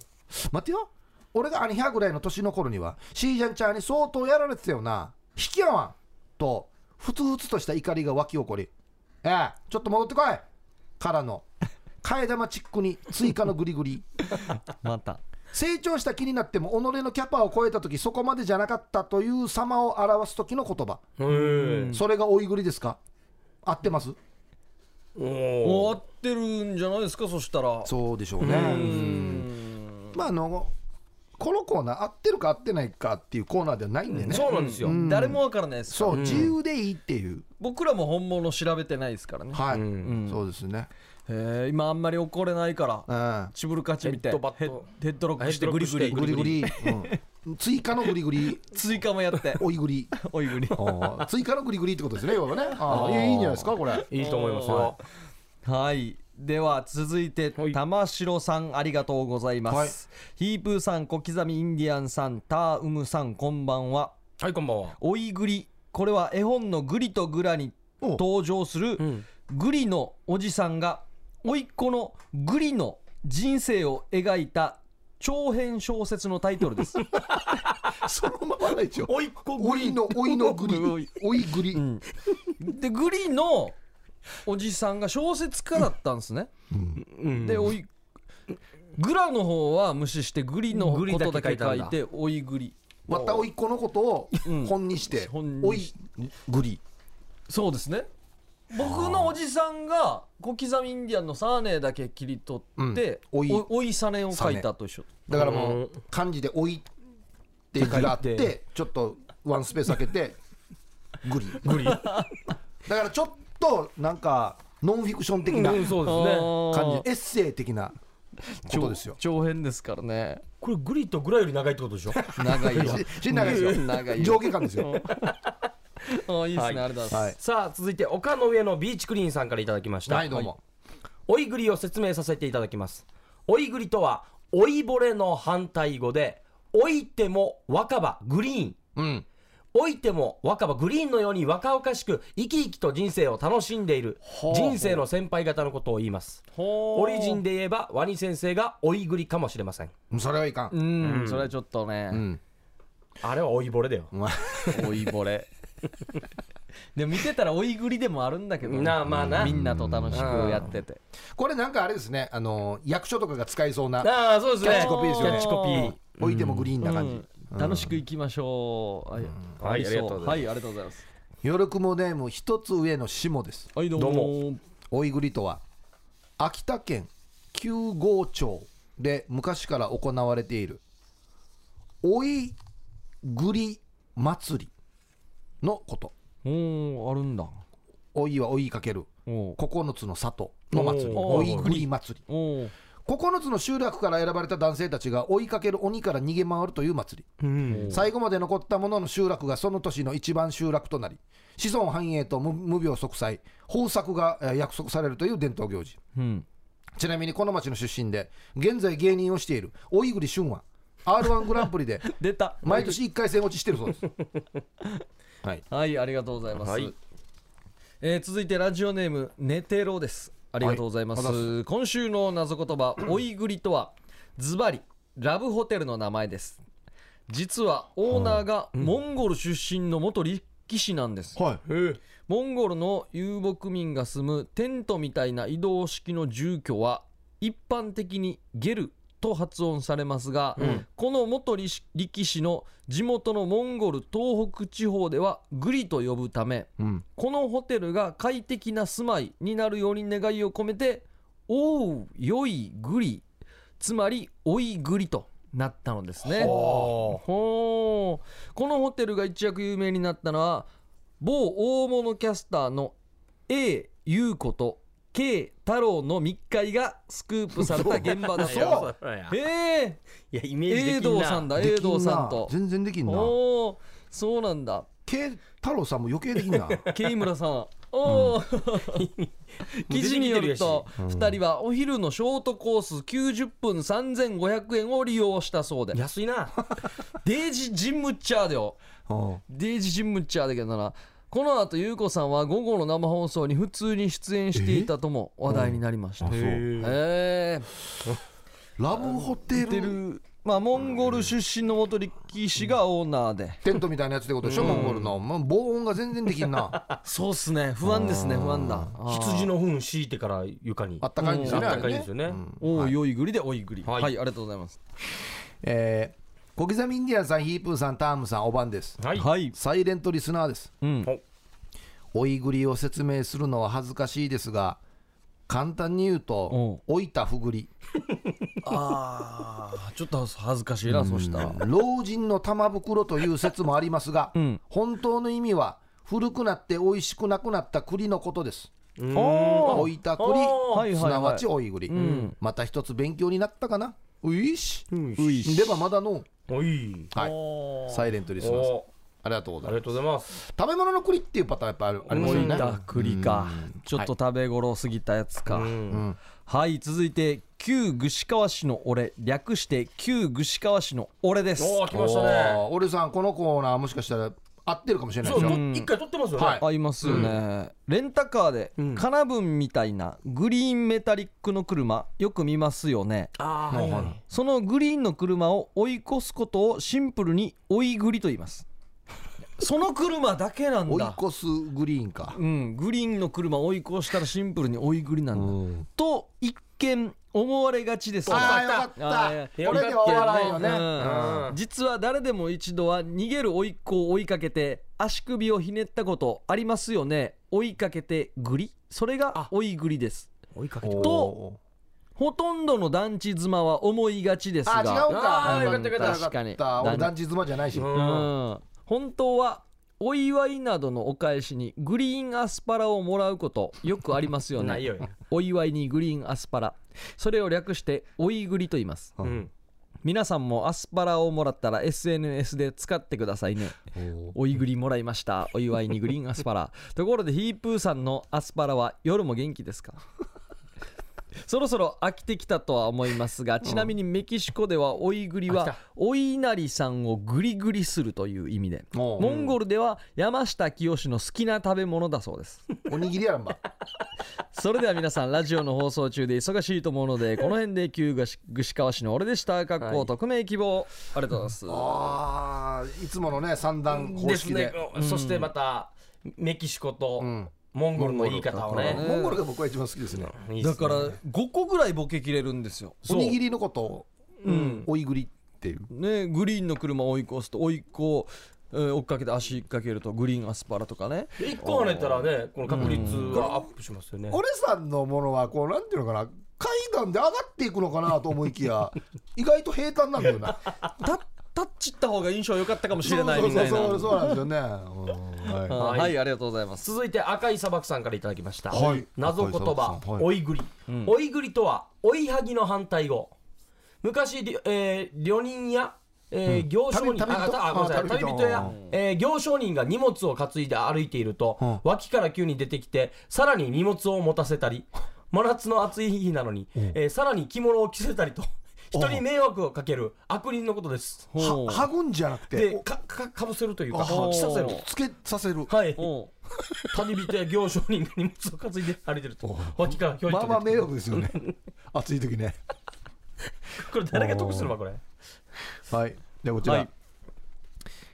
待てよ俺がアニハぐらいの年の頃にはシージャンちゃんに相当やられてたよな引き合わんとふつふつとした怒りが湧き起こりええちょっと戻ってこいからの替え玉チックに追加のグリグリまた成長した気になっても己のキャパを超えた時そこまでじゃなかったという様を表す時の言葉、へえそれが追いぐりですか合ってますおもう合おってるんじゃないですかそしたらそうでしょうねまああのこのコーナー合ってるか合ってないかっていうコーナーではないんでね、そうなんですよ、ん誰もわからないですからそう、自由でいいっていう。僕らも本物調べてないですからねはい、んそうですね。へえ今あんまり怒れないからうん、チブルカチみたいヘッドバットヘッヘッドロックしてヘッドグロリックグしてリグリグリ、うん、追加のグリグ リ、追加もやっておいぐり。おいグリ あー追加のグリグリってことですね、要はね。ああ、いいいいんじゃないですか、これ。いいと思いますよはい。では続いて、はい玉城さんありがとうございます、ヒープーさん小刻みインディアンさんターウムさんこんばんははいこんばんはおいぐりこれは絵本のグリとグラにお登場するんグリのおじさんが甥っ子のグリの人生を描いた長編小説のタイトルです そのままないでしょ。おいっ子おいの、おいの ぐり。おいぐり。でグリのおじさんが小説家だったんですねうんでおいグラの方は無視してグリのグリこだとけだ書いけた書んだいて「おいグリまたおいっ子のことをうん本にして、本おにいしぐり。」そうですね僕のおじさんが小刻みインディアンのサーネーだけ切り取ってうんおおいいおいサネを書いたと一緒だからもう漢字で「おい」っていう字があっって書いてちょっとワンスペース空けてグリグリだからちょっとなんかノンフィクション的なうんそうですねあ感ーじエッセイ的なことですよ長編ですからねこれグリとグラより長いってことでしょ長いよし長いですよ長いよ上下感ですよあーいいですね、あはいりがとうございます、はいさあ続いて丘の上のビーチクリーンさんからいただきましたはいどうも追いぐりを説明させていただきます追いぐりとは追いぼれの反対語で老いても若葉グリーンうん老いても若葉グリーンのように若々しく生き生きと人生を楽しんでいるあ人生の先輩方のことを言いますほーオリジンで言えばワニ先生が老いぐりかもしれませんそれはいかうんん、それはちょっと ね、うんあれは老いぼれだよまあ追いぼれでも見てたら追いぐりでもあるんだけどねなあまあなみんなと楽しくやっててこれなんかあれですねあの役所とかが使いそうなああそうですねキャッチコピーですよねキャッチコピー置いてもグリーンな感じうん楽しくいきましょう、はいはいありがとうございますはいありがとうございますよくもネーム一つ上の下ですはいどうどうもおいぐりとは秋田県九郷町で昔から行われているおいぐり祭りのことおおあるんだおいは追いかけるお9つの里の祭りおーおいぐり祭りおお9つの集落から選ばれた男性たちが追いかける鬼から逃げ回るという祭り、最後まで残った者の集落がその年の一番集落となり子孫繁栄と無無病息災豊作がえー約束されるという伝統行事うんちなみにこの町の出身で現在芸人をしている大井栗旬は r 1グランプリで出た毎年1回戦落ちしてるそうですはいはいありがとうございます、はいえー続いてラジオネームネテロですありがとうございます、はいあり今週の謎言 葉「追いぐり」とはズバリラブホテルの名前です実はオーナーがモンゴル出身の元力士なんです、はいモンゴルの遊牧民が住むテントみたいな移動式の住居は一般的にゲルと発音されますが、この元力力士の地元のモンゴル東北地方ではグリと呼ぶためうんこのホテルが快適な住まいになるように願いを込めて「おうよいグリ」つまり「おいグリ」となったのですね。ほうこのホテルが一躍有名になったのは某大物キャスターの A 優子と K 太郎の密会がスクープされた現場だいやそうそうやえいやイメー、ージで栄きん道なさんだ栄できんな道さんと全然できんなおおそうなんだ K 太郎さんも余計できんな K 村さんおお、 記事によると2人はお昼のショートコース90分3500円を利用したそうで安いなデイジー・ジンムッチャーだようんデイジ・ジンムッチャーだけどなこの後優子さんは午後の生放送に普通に出演していたとも話題になりましたあそうえラブホテー、てルるまあモンゴル出身の元力士がオーナーでテントみたいなやつってことでしょモンゴルのもう防音が全然できんなそうっすね不安ですね不安だ羊の糞敷いてから床にあったかいんですよねああったかいんれですよねね、おいおいぐりでおいぐりははいいありがとうございますえー小刻みインディアンさんヒープーさんタームさんおばんですはいはいサイレントリスナーですうん追いぐりを説明するのは恥ずかしいですが簡単に言うと老いたふぐりああちょっと恥ずかしいなそうしたら老人の玉袋という説もありますが、ん本当の意味は古くなって美味しくなくなった栗のことですお老ーいたあーはいはいは栗いすなわち老いぐり、んまた一つ勉強になったかなういしういしではまだの、おいはい、サイレントリスナーさんおありがとうごあざりいがますとうございます。食べ物の栗っていうパターンやっぱあるありますよねだ栗かちょっと食べ頃過ぎたやつか、うんはい続いて旧串川市の俺略して旧串川市の俺ですおお、来ましたおね。ー俺さんこのコーナーもしかしたら合ってるかもしれないそでう、しとょ一回撮ってますよね。はい合いますよね、レンタカーでうんカナブンみたいなグリーンメタリックの車よく見ますよねああ、はいはい。そのグリーンの車を追い越すことをシンプルに追いグリと言いますその車だけなん追いだ越すグリーンかうん、グリーンの車を追い越したらシンプルに追いグリなんだ、と一見思われがちですああがよかあーったよこかったれで終わらんよねうんうん実は誰でも一度は逃げる甥っ子を追いかけて足首をひねったことありますよね追いかけてグリそれが追いグリです追いかけて。おーほとんどの団地妻は思いがちですあが違うんかあーよかったよかった確かによかった俺団地妻じゃないしううんん。本当はお祝いなどのお返しにグリーンアスパラをもらうことよくありますよねないよ。お祝いにグリーンアスパラそれを略しておいグリと言いますうん。皆さんもアスパラをもらったら SNS で使ってくださいねおいぐりもらいましたお祝いにグリーンアスパ ラところでヒープーさんのアスパラは夜も元気です かそろそろ飽きてきたとは思いますがちなみにメキシコではおいぐり飽きはたお稲荷さんをグリグリするという意味でおモンゴルでは山下清の好きな食べ物だそう ですおにぎりやらんばそれでは皆さんラジオの放送中で忙しいと思うのでこの辺で旧ぐし串川市の俺でした格好、匿名希望ありがとうございまあーいつものね三段方です式ねで。うんそしてまた、メキシコとんモンゴルの言い方をね。モンゴルが僕は一番好きですねいいすっすだねから5個ぐらいボケ切れるんですよおにぎりのことをうんおいぐりっていうねグリーンの車を追い越すと追い越えー追っかけて足引っ掛けるとグリーンアスパラとかね一個跳ねたらね、この確率がアップしますよね。俺さんのものはこうなんていうのかな階段で上がっていくのかなと思いきや意外と平坦なんだよなタッタッチった方が印象良かったかもしそれうないそうみそたういなそうそうなんですよねうんあははい、ありがとうございます続いて赤い砂漠さんからいただきました、はい謎言葉赤い砂漠さんはい追いぐり、追いぐりとは追いはぎの反対語昔、りえー旅人や、えー行商人旅旅人あたあごめんなさいあ旅旅人人や、えー行商人が荷物を担いで歩いていると、うん脇から急に出てきてさらに荷物を持たせた り真夏の暑い日なのに、えーさらに着物を着せたりと人に迷惑をかける悪人のことですいほうははぐんじゃなくでてかかかぶせるというおあか着させるつけさせるはいおう旅人や行商人が荷物を担いで歩いてると脇からひょいっとまあまあ出て迷くる惑ですよね 暑い時ねこれ誰が得するわこれはい。でこちら、はい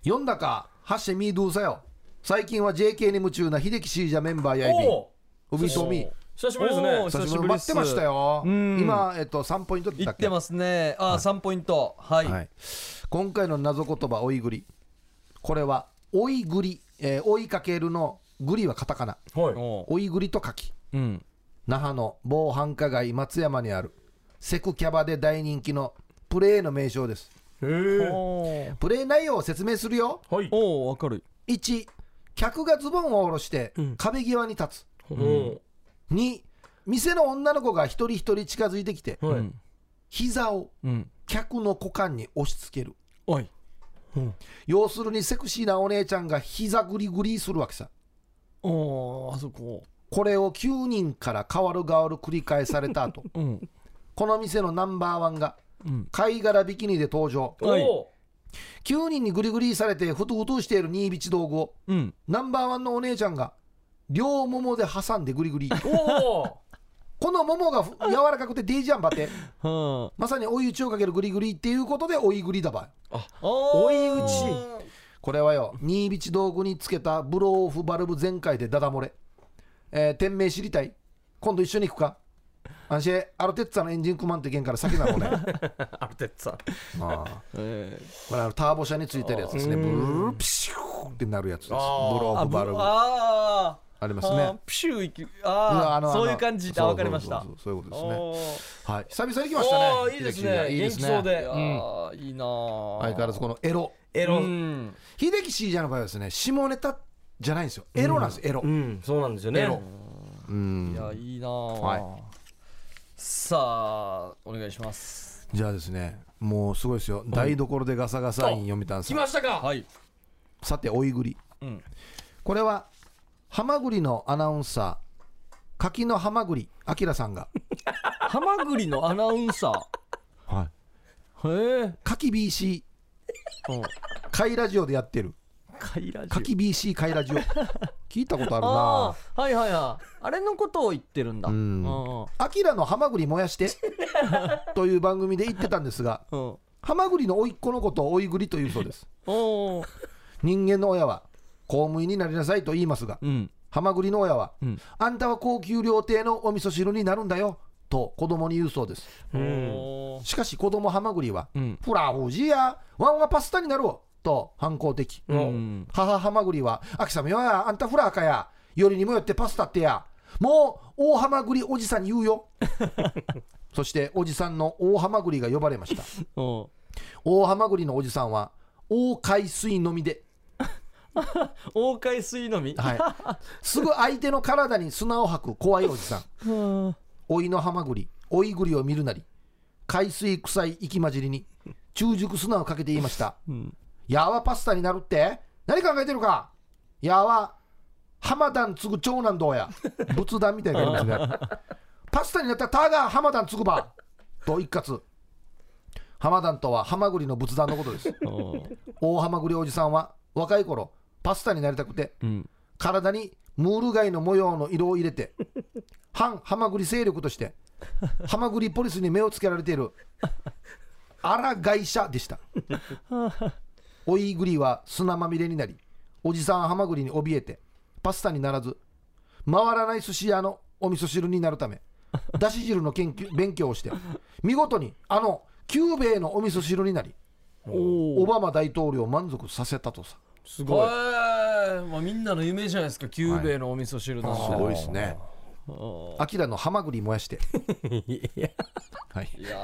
読んだか、ハッシェミードゥーさよ。最近は JK に夢中な秀樹シージャメンバーやいびん。おおウビトミー。久しぶりですねおー久しぶ久しぶりりです待ってましたよ。うん今、えっと、3ポイントいだっったてっますねあー、三3ポイントはい、け。はい。今回の謎言葉、追いぐり。これは、追いぐり、えー追いかけるの、ぐりはカタカナ。はいおう追いぐりと書き。うん那覇の某繁華街松山にある、セクキャバで大人気のプレーの名称です。へえおプレー内容を説明するよ。はいお分かる1客がズボンを下ろして壁際に立つ、おお2店の女の子が一人一人近づいてきて、はいうん膝をうん客の股間に押し付けるおい要するにセクシーなお姉ちゃんが膝グリグリするわけさおーあそここれを9人から変わる変わる繰り返され た後うんこの店のナンバーワンがうん貝殻ビキニで登場はいお9人にグリグリされてふとふとしているニービチ道具をうんナンバーワンのお姉ちゃんが両ももで挟んでグリグリおおこのももがふ柔らかくてデイジャンバテはまさに追い打ちをかけるグリグリっていうことで追いグリだばいあおい打ちこれはよ新ビチ道具につけたブローオフバルブ全開でダダ漏れ、えー店名知りたい今度一緒に行くかアンシェアルテッツァのエンジン組まんといけんから先なのね アルテッツァああえこれあのターボ車についてるやつですねブルーピシューってなるやつですブロあーーオフバルブあありますーあーねプシューいきいやあああのそういあうの感じだそう分かりましたそうそうそうそういうことですねおはい久々に来ましたねおおいいですね秀樹いいで元す気そねうーいでやーいいなー相変わらずこのエロエうロん秀樹 C じゃの場合はですね下ネタじゃないんですよエロなんですエロうんそうなんですよエねロうんいやいいなーはいさあお願いしますじゃあですね、もうすごいですよ、台所でガサガサイン読みたんです来ましたかはいさて、追いぐり。うんこれは、ハマグリのアナウンサー、柿のハマグリ、アキラさんが、ハマグリのアナウンサはー。へえ。柿 BC、うん貝ラジオでやってる。貝ラジオ柿 BC 貝ラジオ。聞いたことあるあなあはいはいはいあれのことを言ってるんだううんんうんアキラのハマグリ燃やして という番組で言ってたんですが、うんハマグリの甥っ子のことを甥ぐりというそうです。おー人間の親は公務員になりなさいと言いますが、うんハマグリの親は、うんあんたは高級料亭のお味噌汁になるんだよと子供に言うそうです。おーしかし子供ハマグリは、うんフラフジやワンはパスタになろうと反抗的。うん母ハマグリは、秋様よや、あんたフラーかや、よりにもよってパスタってや、もう大ハマグリおじさんに言うよ。そしておじさんの大ハマグリが呼ばれました。お大ハマグリのおじさんは、大海水のみで、大海水のみはい、すぐ相手の体に砂を吐く怖いおじさん。うん老いのハマグリ、老いぐりを見るなり、海水臭い息混じりに、中熟砂をかけて言いました。やーはパスタになるって何考えてるかやーは、浜田ん継ぐ長男どうや。仏壇みたいな感じですね。パスタになったらターが浜田ん継ぐば。と一括。浜田んとはハマグリの仏壇のことです。おー大ハマグリおじさんは、若い頃、パスタになりたくて、うん体にムール貝の模様の色を入れて反ハマグリ勢力としてハマグリポリスに目をつけられているアラ会社でしたオイグリは砂まみれになりおじさんハマグリに怯えてパスタにならず回らない寿司屋のお味噌汁になるためだし汁の研究勉強をして見事にあの久兵衛のお味噌汁になりオバマ大統領を満足させたとさすへごい。ーまあみんなの夢じゃないですかキューベイのお味噌汁なんてすごいですね。アキラのハマグリ燃やして。はい。いや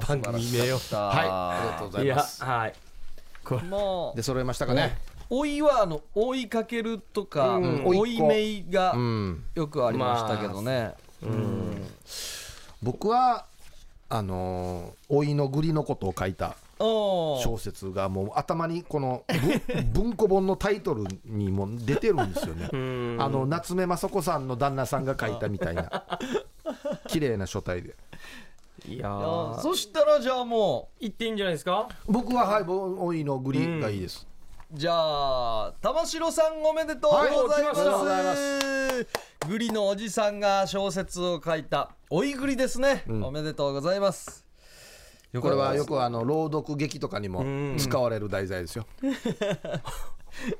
ー 番組名よ素晴らしはい。かありがっとういございや、ます。はい。たまあで揃えましたかね。追いはあの追いかけるとかん追い目がうん。よくありましたけどね僕はあのー老いのぐりのことを書いたおー小説がもう頭にこのぶ 文庫本のタイトルにも出てるんですよね。あの夏目雅子さんの旦那さんが書いたみたい な綺麗な書体で。いやあーー、そしたらじゃあもう言っていいんじゃないですか僕ははいぼ老いのぐりがいいです。じゃあ玉城さんおめでとうございます,、はいおめでとうございグリのおじさんが小説を書いた「おいぐり」ですね、んおめでとうございますよこれはよくあの朗読劇とかにも使われる題材ですよ。いいですね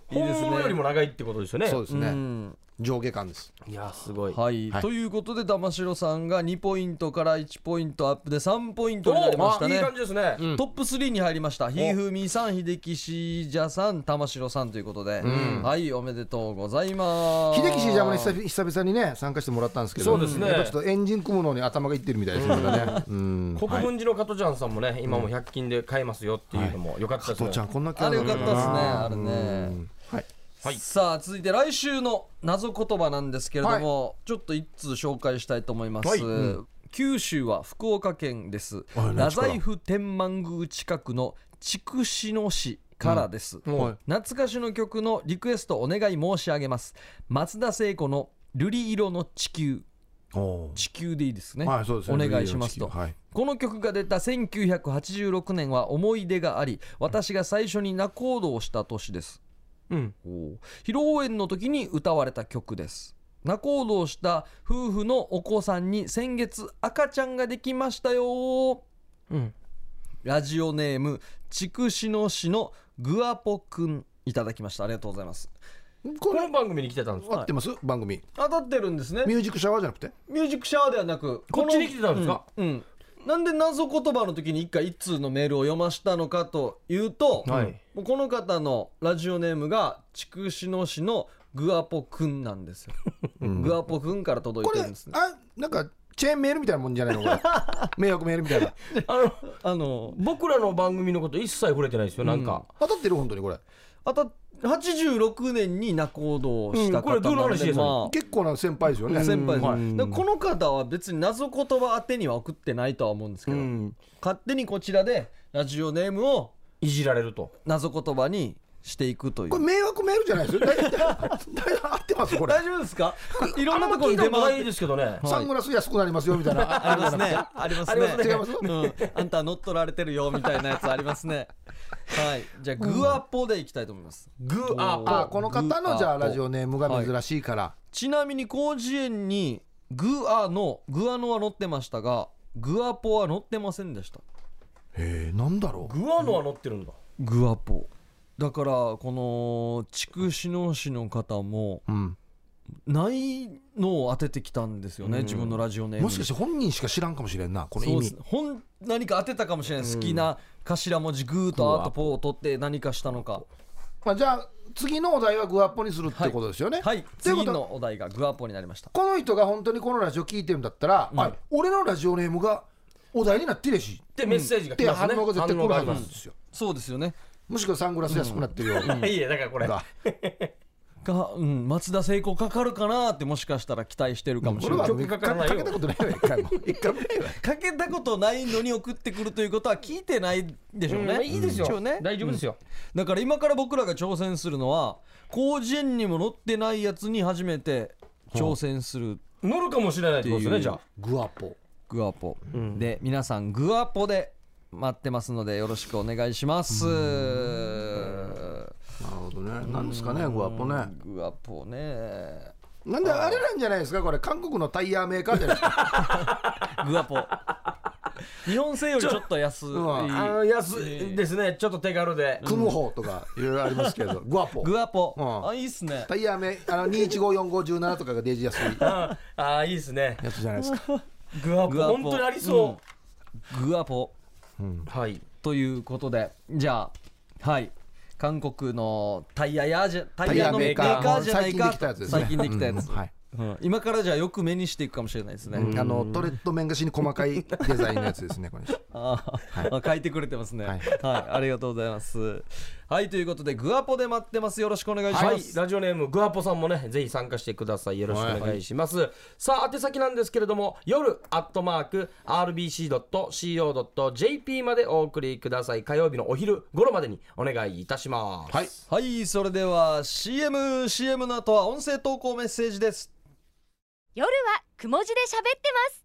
本物よりも長いってことですよね。そうですうね。ん上下感です。いや、すごい。はい、はいということで玉城さんが2ポイントから1ポイントアップで3ポイントになりましおたあいねい感じですね。トップ3に入りましたひふみさん秀樹しーじゃさん玉城さんということで、はいおめでとうございます秀樹氏ジャムに久々久々にね参加してもらったんですけどそうですねやっぱちょっとエンジン組むのに頭がいってるみたいですねま だねうん国分寺の加トちゃんさんもね、今も100均で買えますよっていうのも良かった加ですね藤ちゃ。んこんなキャあれラよかだったなですねあれねはいはいさあ続いて来週の謎言葉なんですけれども、ちょっと一通紹介したいと思います、はいう九州は福岡県ですはい太宰府天満宮近くの筑紫野市からです、はい懐かしの曲のリクエストお願い申し上げます松田聖子の「瑠璃色の地球」おー地球でいいですね,、はいそうですねお願いしますと、はいこの曲が出た1986年は思い出があり私が最初に仲人をした年ですうん。おー披露宴の時に歌われた曲です仲人をした夫婦のお子さんに先月赤ちゃんができましたよーうん。ラジオネーム筑紫野市のグアポくんいただきましたありがとうございますここれの番組に来てたんです合かってます番組当たってるんですねミュージックシャワーじゃなくてミュージックシャワーではなくこっちに来てたんですかうん、うんなんで謎言葉の時に一回一通のメールを読ましたのかというと、はいもうこの方のラジオネームが筑紫野市のグアポくんなんですよ、グアポくんから届いこてれるんですねあなんかチェーンメールみたいなもんじゃないのこ れ迷惑メールみたいなあの、あの僕らの番組のこと一切触れてないですよ、なんか。当たってる本当にこれあた86年に仲人をしたうんこれ方どのなんで、話ですかまあ結構な先輩ですよね先輩です、はいだからこの方は別に謎言葉宛てには送ってないとは思うんですけうど、ん。勝手にこちらでラジオネームをいじられると。謎言葉にしていくというこれ迷惑メールじゃないですよ。大丈夫大丈夫合ってますこれ。丈夫ですかいろあんんなまところに聞いた出ことな回いってですけどね。サングラス安くなりますよみたいな。ありますねありますねありますねうん、あんたは乗っ取られてるよみたいなやつありますねはいじゃあグアポでいきたいと思いますグアポあこの方のじゃあラジオネームが珍しいから。ちなみに広辞苑にグアのグアノは載ってましたがグアポは載ってませんでしたえーなんだろう。グアノは乗ってるんだ。グアポだからこの筑紫野市の方もうん。ないのを当ててきたんですよね、自分のラジオネームにもしかして本人しか知らんかもしれんなこのそ意うです味ね。ほん何か当てたかもしれない、好きな頭文字グーとアとポーを取って何かしたのかまあじゃあ次のお題はグアッポにするってことですよね。はいというこ次とはのお題がグアポになりましたこの人が本当にこのラジオ聞いてるんだったら、あ俺のラジオネームがお題になってるやしでメッセージがっ来てます反ね。応が絶対来るはずなんですよ。そうですよねもしくはサングラス安くなってるよ。反応があります。いやだからこれ。がが、うん、松田聖子かかるかなってもしかしたら期待してるかもしこれれな、はい曲かかけたことないわ一回も 一回もないわかけたことないのに送ってくるということは聞いてないでしょうね、うんいいですよ一応ね。大丈夫ですよ。だから今から僕らが挑戦するのは広辞苑にも載ってないやつに初めて挑戦する乗るかもしれないってことでってすいねうじゃあ。グアポグアポ、で皆さんグアポで待ってますのでよろしくお願いしますなるほどねなんですかねグアポねグアポねなんであれなんじゃないですかこれ韓国のタイヤメーカーじゃないですかグアポ日本製よりちょっと安いうんあの安いですね。ちょっと手軽で。クムホとかいろいろありますけどグアポグアポ、うんあいいっすねタイヤメあの215457とかがデージ安いああーいいですね。やつじゃないですかグアポグアポ本当にありそグアポう。はい。ということでじゃあはい韓国のタイヤやじゃタイヤのメーカーじゃな最い近でかきたやつですね最近できたやつ、うんはいうん今からじゃあよく目にしていくかもしれないですね、あのトレッド面越しに細かいデザインのやつですねこれあー、あ書いてくれてますね。ははいい、ありがとうございます。はい、ということで、グアポで待ってます。よろしくお願いしはまい、す。ラジオネームグアポさんもねぜひ参加してくださいよろしくお願いします、さあ宛先なんですけれども夜アットマーク RBC.CO.JP までお送りください火曜日のお昼頃までにお願いいたしますはいはい、それでは CM、CM の後は音声投稿メッセージです。夜はくも字で喋ってます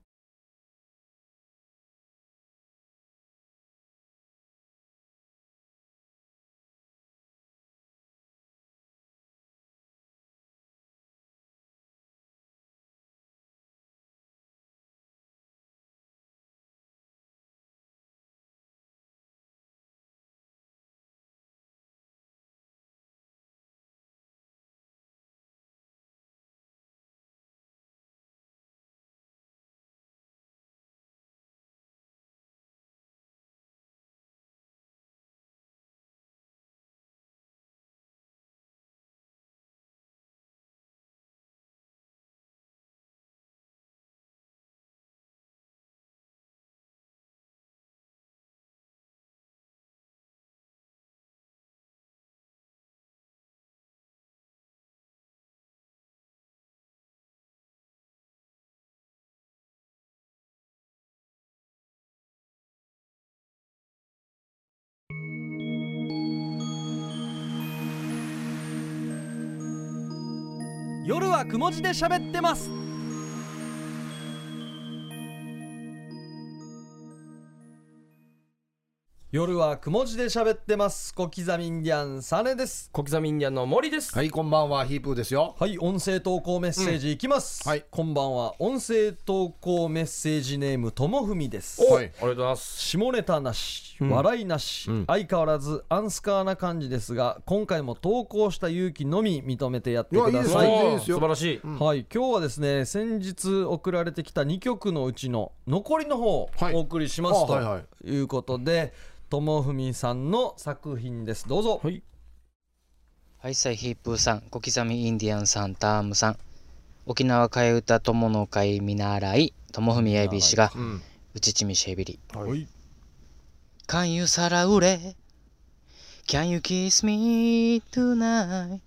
夜はくも字で喋ってます。夜はくも字で喋ってます。小刻みインディアンサネです。小刻みインディアンの森です、はいこんばんはヒープーですよはい、音声投稿メッセージいきます。うんはいこんばんは。音声投稿メッセージネームともふみです。おはいありがとうございます下ネタなし、笑いなし、相変わらずアンスカーな感じですが今回も投稿した勇気のみ認めてやってくだいさやいいいおーいですよ素晴らしい、はい今日はですね先日送られてきた2曲のうちの残りの方をはいお送りしますあはいはということでともふみさんの作品ですどうぞ、はいはい、サイヒープーさん、小刻みインディアンさん、タームさん、沖縄替え歌友の会見習い、友文エビ氏が、うちちみしえびり。Can you さらうれ Can you kiss me tonight?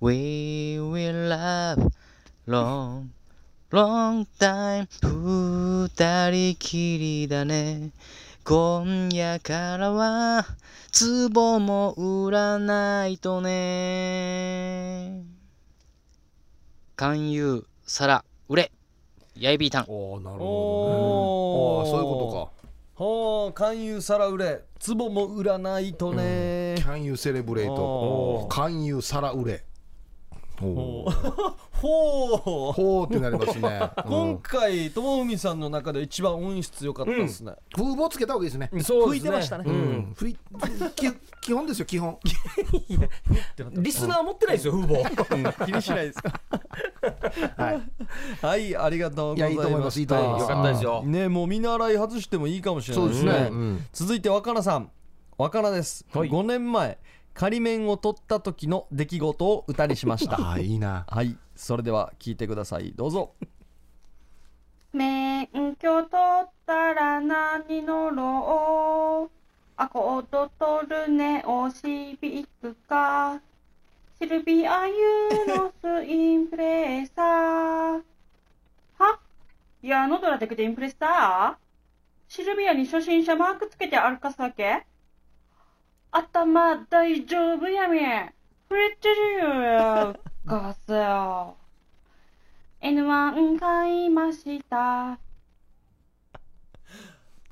We will love long, long time. 二人きりだね。今夜からはツボも売らないとね勧誘皿売れやいびーたんおなるおーああそういうこほう勧誘皿売れ壺も売らないとねとか。勧誘セレブレーおト。勧誘皿売れ。ほほううほうってなりま すね。う今ん回友文さんの中で一番音質良かったですね、風貌つけた方がいいですね。そう吹いてましたね、うんふいき基本ですよ 基本。リスナー持ってないですよ風貌気にしない ですかはい。はいありがとうごいざやいいいまとす思いますいいと思います。よかったですよねもう見習い外してもいいかもしれないですねうん続いて若菜さん若菜です、はい5年前仮面を取った時の出来事を歌にしました ああいいな。はいそれでは聞いてくださいどう ぞ免許取ったら何乗ろうアコード取るねおシビックかシルビアユーノスインプレッサーはいやノドラテクでインプレッサーシルビアに初心者マークつけて歩かすわけ頭大丈夫やみ触れてるよガスよ N1 買いました。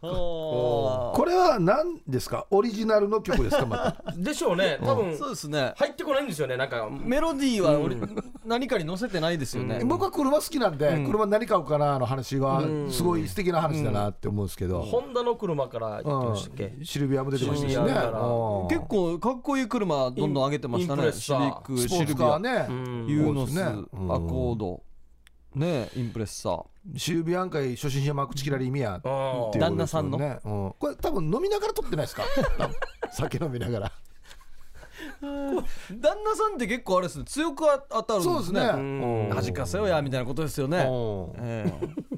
ここれは何ですかオリジナルの曲ですかま た。でしょうね多分れそうですね入ってこないんですよねなんかメロディーは俺、何かに載せてないですよね、僕は車好きなんで、うん車何買おうかなの話はすごい素敵な話だなって思うんですけど、ホンダの車から言ってましたっけうんシルビアも出てましたしシねルビアからうん結構かっこいい車どんどん上げてましたインインプレねッサーシビックスポシールツビカーア、ね、うんユーノス、そうですねうんアコードねインプレッサーシルビアン会初心者マークチキラリミアっていうことですもね旦那さんのうんこれ多分飲みながら撮ってないですか多分酒飲みながら旦那さんって結構あれですね強く当たるんですねそうですね、うん弾かせよやみたいなことですよね、うんええ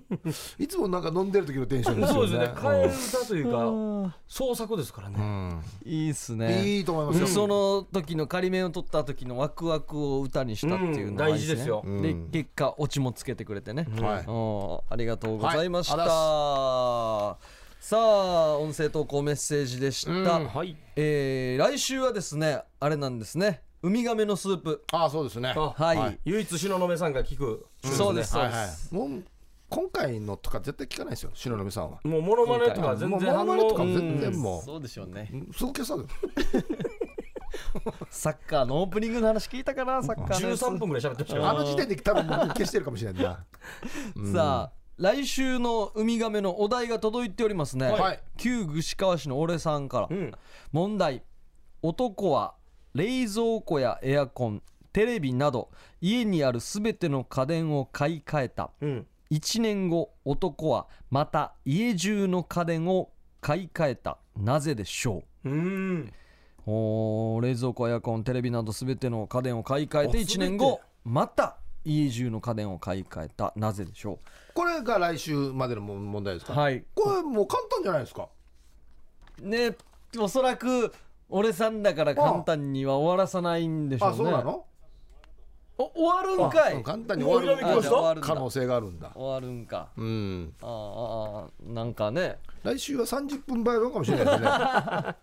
いつもなんか飲んでる時のテンションですそようですねね替え歌というか創作ですからうねんいいっすうんねいいと思いますでよ、その時の仮面を取った時のワクワクを歌にしたっていうのがいいねうん大事ですようんで結果オチもつけてくれてね、はいうんありがとうございました、はいありがとうさあ音声投稿メッセージでした、うんはいえー来週はですねあれなんですねウミガメのスープああそうですねあはい、はい唯一東雲さんが聞くそうですそうはいです、はいもう今回のとか絶対聞かないですよ篠宮さんはもうモノマネとか全然反もうモノマネとか応全然もそうでしょうねううんすぐ消したサッカーのオープニングの話聞いたかなサッカーのやつ13分ぐらい喋ってましたあよの時点で多分もう消してるかもしれな いな。さあ来週のウミガメのお題が届いておりますね、はい旧串川市の俺さんから、ん問題男は冷蔵庫やエアコンテレビなど家にあるすべての家電を買い替えたうん1年後男はまた家中の家電を買い替えたなぜでしょうんうおー冷蔵庫エアコンテレビなどすべての家電を買い替えてあ1年後また家中の家電を買い替えたなぜでしょこれが来週までのも問題ですうか。はいこれもう簡単じゃないですか。ねおそらく俺さんだから簡単には終わらさないんでしょうあ、ねそうなの？お終わるんかいあ簡単にもう終わるひらめあきましたじゃあ終わるんだ可能性があるんだ。終わるんかうん。あーあーなんかね来週は三十分倍分かもしれな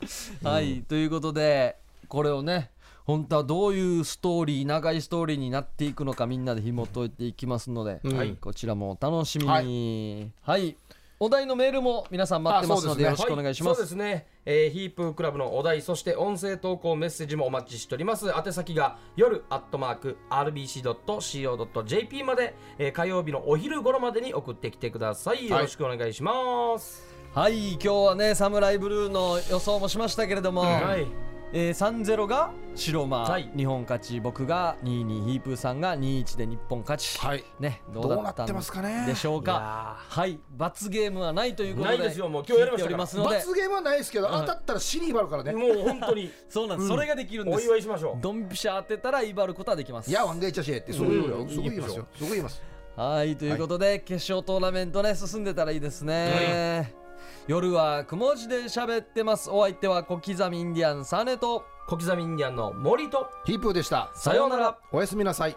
いです ね。はい、ということでこれをね本当はどういうストーリー長いストーリーになっていくのかみんなで紐解いていきますので、うんはいこちらもお楽しみにはい、お題のメールも皆さん待ってますのでよあろそしくお願いしまはいす,、そうですね、えーヒープークラブのお題そして音声投稿メッセージもお待ちしております宛先が夜アットマーク RBC.CO.JP まで、えー火曜日のお昼頃までに送ってきてくださいよろしくお願いしますはい今日はねサムライブルーの予想もしましたけれども、はい、えー、3-0が白馬、はい日本勝ち僕が2-2ヒープーさんが2-1で日本勝ち、はいねどうどうだなったってますかんね。でしょういかやはい罰ゲームはないということでないですよもう今日やりまし聞いておたからりますので罰ゲームはないですけど、当たったら死に威張るからね。もう本当にそうなんです、それができるんでおす祝いしましょうドンピシャ当てたら威張ることはできますいや、ワンゲイチャシエってすごいよすごい言いますよ。すごい言います。はいということで、決勝トーナメントね進んでたらいいですね、夜はくも字で喋ってますお相手は小刻みインディアンサネと小刻みインディアンの森とヒープーでした。さようならおやすみなさい。